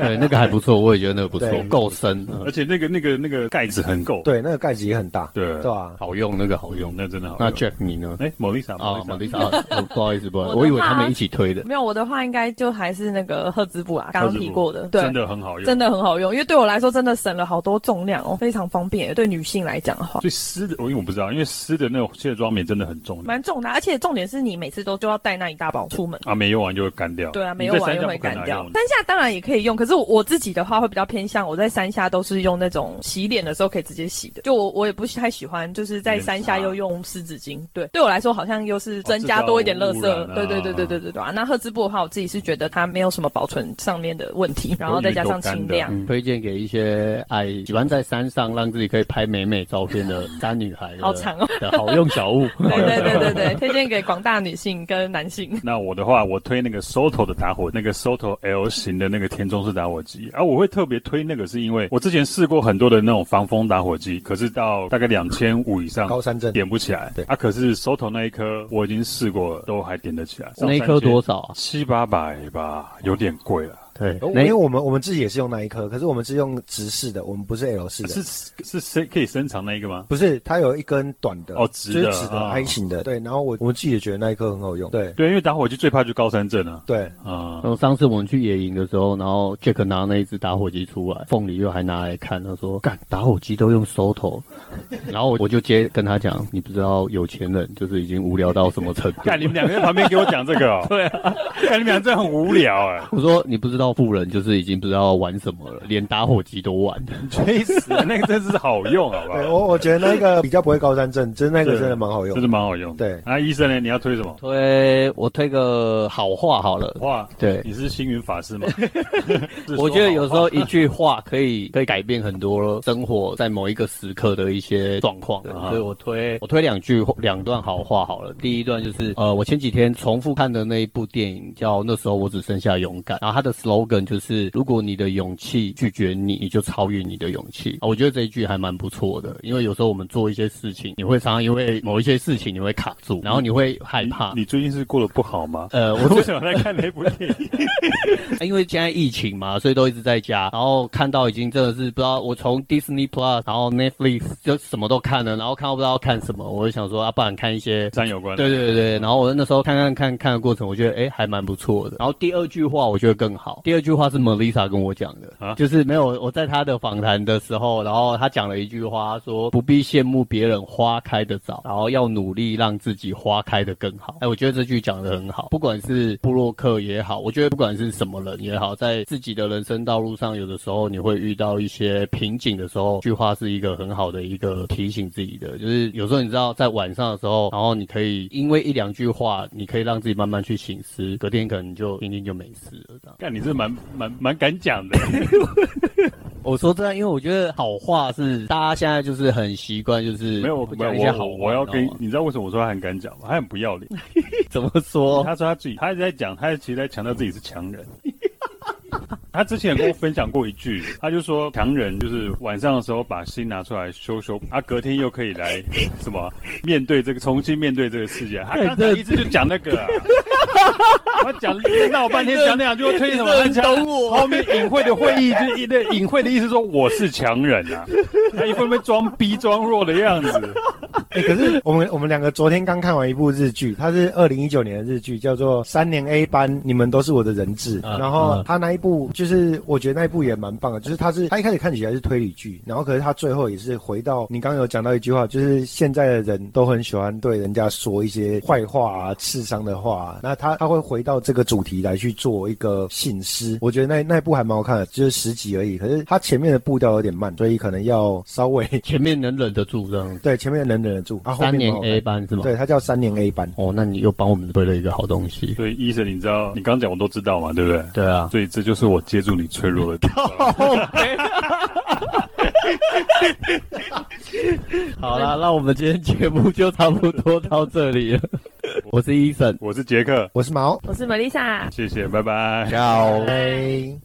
对，那个还不错，我也觉得那个不错
对，
够深，嗯
而且那个那个那个盖子很够，
对，那个盖子也很大，
对
对吧、
好用，那个好
好
用
用，。那真的好
那
用。
Jack 你呢？
哎，莫丽莎，
啊，玛
丽
丽莎，哦不好意思，不好意思，
我的话
我以为他们一起推的。
没有我的话，应该就还是那个赫兹布啊，刚刚提过的，对，
真的很好用，
真的很好用，因为对我来说真的省了好多重量哦，非常方便。对女性来讲的话，
所以湿的，我因为我不知道，因为湿的那种卸妆棉真的很重
蛮重的，啊而且重点是你每次都就要带那一大包出门。
啊，没用完就会干掉。
对啊，没有
你在
玩
山
又
下
会
不可
干
能
掉
用。
山下当然也可以用，可是我我自己的话会比较偏向，我在山下都是用那种洗脸的时候可以直接洗的，就我我也不太喜欢，就是在山下又用湿纸巾。对，对我来说好像又是增加多一点垃
哦制哦造
圾。
污染啊
对对对对对对对啊！那赫兹布的话，我自己是觉得它没有什么保存上面的问题，然后再加上轻量。
嗯推荐给一些爱喜欢在山上让自己可以拍美美照片的山女孩的，
好长哦
的好用小物。
对 对对对对，推荐给广大女性跟男性。
那我的话，我推那个 Soto 的打火，那个 Soto L 型的那个填充式打火机。啊，我会特别推那个，是因为我之前试过很多的那种防风打火机，可是到大概两千五以上，
高山症
点不起来。
对
啊，可是 Soto 那一颗我已经试过了，都还点得起来。
那一颗多？少啊？
七八百吧，有点贵了。
对
哦因
那
为我们我们自己也是用那一颗，可是我们是用直式的，我们不是 L 式的，
啊是是是可以伸长那一个吗？
不是它有一根短的
哦直的
就是直的、
哦
I 型的，对。然后我我们自己也觉得那一颗很好用，对
对，因为打火机最怕就高山症啊。
对。
啊、
然后呃上次我们去野营的时候，然后 Jack 拿那一只打火机出来，凤梨又还拿来看，他说：“干，打火机都用手头。” 然后我就接跟他讲：“你不知道有钱人就是已经无聊到什么程度。
看你们两个在旁边给我讲这个、哦，对啊，看你们俩真的很无聊哎、”
我说：“你不知道富人就是已经不知道玩什么了，连打火机都玩。
确实，那个真是好用，好不
对，
好？
我我觉得那个比较不会高山症，真的那个真的蛮好用
真的蛮好用。
对
啊，医生呢？你要推什么”？
推我推个好话好了，
话？
对
你是星云法师吗？是说
我觉得有时
好
候一句话可以可以改变很多生活在某一个时刻的一些状况，对
啊
所以我推我推两句两段好话好了。第一段就是
嗯
呃，我前几天重复看的那一部电影叫《那时候我只剩下勇敢》，然后它的 slogan 就是如果你的勇气拒绝你，你就超越你的勇气。啊我觉得这一句还蛮不错的，因为有时候我们做一些事情，你会常常因为某一些事情你会卡住，然后你会害怕
你。你最近是过得不好 吗？
呃，我
我为什么在看那部电影？
因为现在疫情嘛，所以都一直在家，然后看到已经真的是不知道，我从 Disney Plus，然后 Netflix 就什么都看了，然后看到不知道看什么，我就想说啊，不然看一些。
山有关的
对对对，然后我那时候看看看看的过程，我觉得诶还蛮不错的。然后第二句话我觉得更好，第二句话是 Melissa 跟我讲的，
啊
就是没有我在她的访谈的时候，然后她讲了一句话，她说不必羡慕别人花开的早，然后要努力让自己花开的更好。哎，我觉得这句讲的很好，不管是布洛克也好，我觉得不管是什么人也好，在自己的人生道路上，有的时候你会遇到一些瓶颈的时候，句话是一个很好的一个提醒自己的，就是有时候你知道在晚上的时候，然后你可以因为一两句话，你可以让自己慢慢去醒思，隔天可能就听听就没事了这样。
看你是蛮蛮蛮敢讲的，
我说真的，因为我觉得好话是大家现在就是很习惯，就是
没有，我
不讲一些好话
我我要跟
你知道吗
你知道为什么我说他很敢讲吗？他很不要脸。
怎么说？
他说他自己，他一直在讲，他其实在强调自己是强人。 他之前跟我分享过一句，他就说强人就是晚上的时候把心拿出来修修，他、隔天又可以来什么面对这个，重新面对这个世界。他刚才一直就讲那个、啊，我讲闹半天讲那两句，又推什么？
你真的很懂我
后面隐晦的会意，就一个隐晦的意思说我是强人啊，他一副被装逼装弱的样子。
哎、可是我们我们两个昨天刚看完一部日剧，它是二零一九年的日剧，叫做《三年 A 班，你们都是我的人质》。
嗯
然后
嗯
他那一部就是我觉得那一部也蛮棒的，就是他是他一开始看起来是推理剧，然后可是他最后也是回到你刚刚有讲到一句话，就是现在的人都很喜欢对人家说一些坏话啊、刺伤的话啊、那他他会回到这个主题来去做一个醒思。我觉得那那一部还蛮好看的，就是十集而已，可是他前面的步调有点慢，所以可能要稍微。
前面能忍得住这样子
对，前面能忍得住啊，后面
三年
蛮好看
A 班是吗？
对，它叫三年 A 班。
哦，那你又帮我们推了一个好东西。
所以医生，你知道你刚讲我都知道嘛，对不对？
对啊，
所以这就是我接住你脆弱的地方。
好啦，那我们今天节目就差不多到这里了。我是医生，
我是杰克，
我是毛，
我是 Melissa。
谢谢，拜拜。
要。
拜。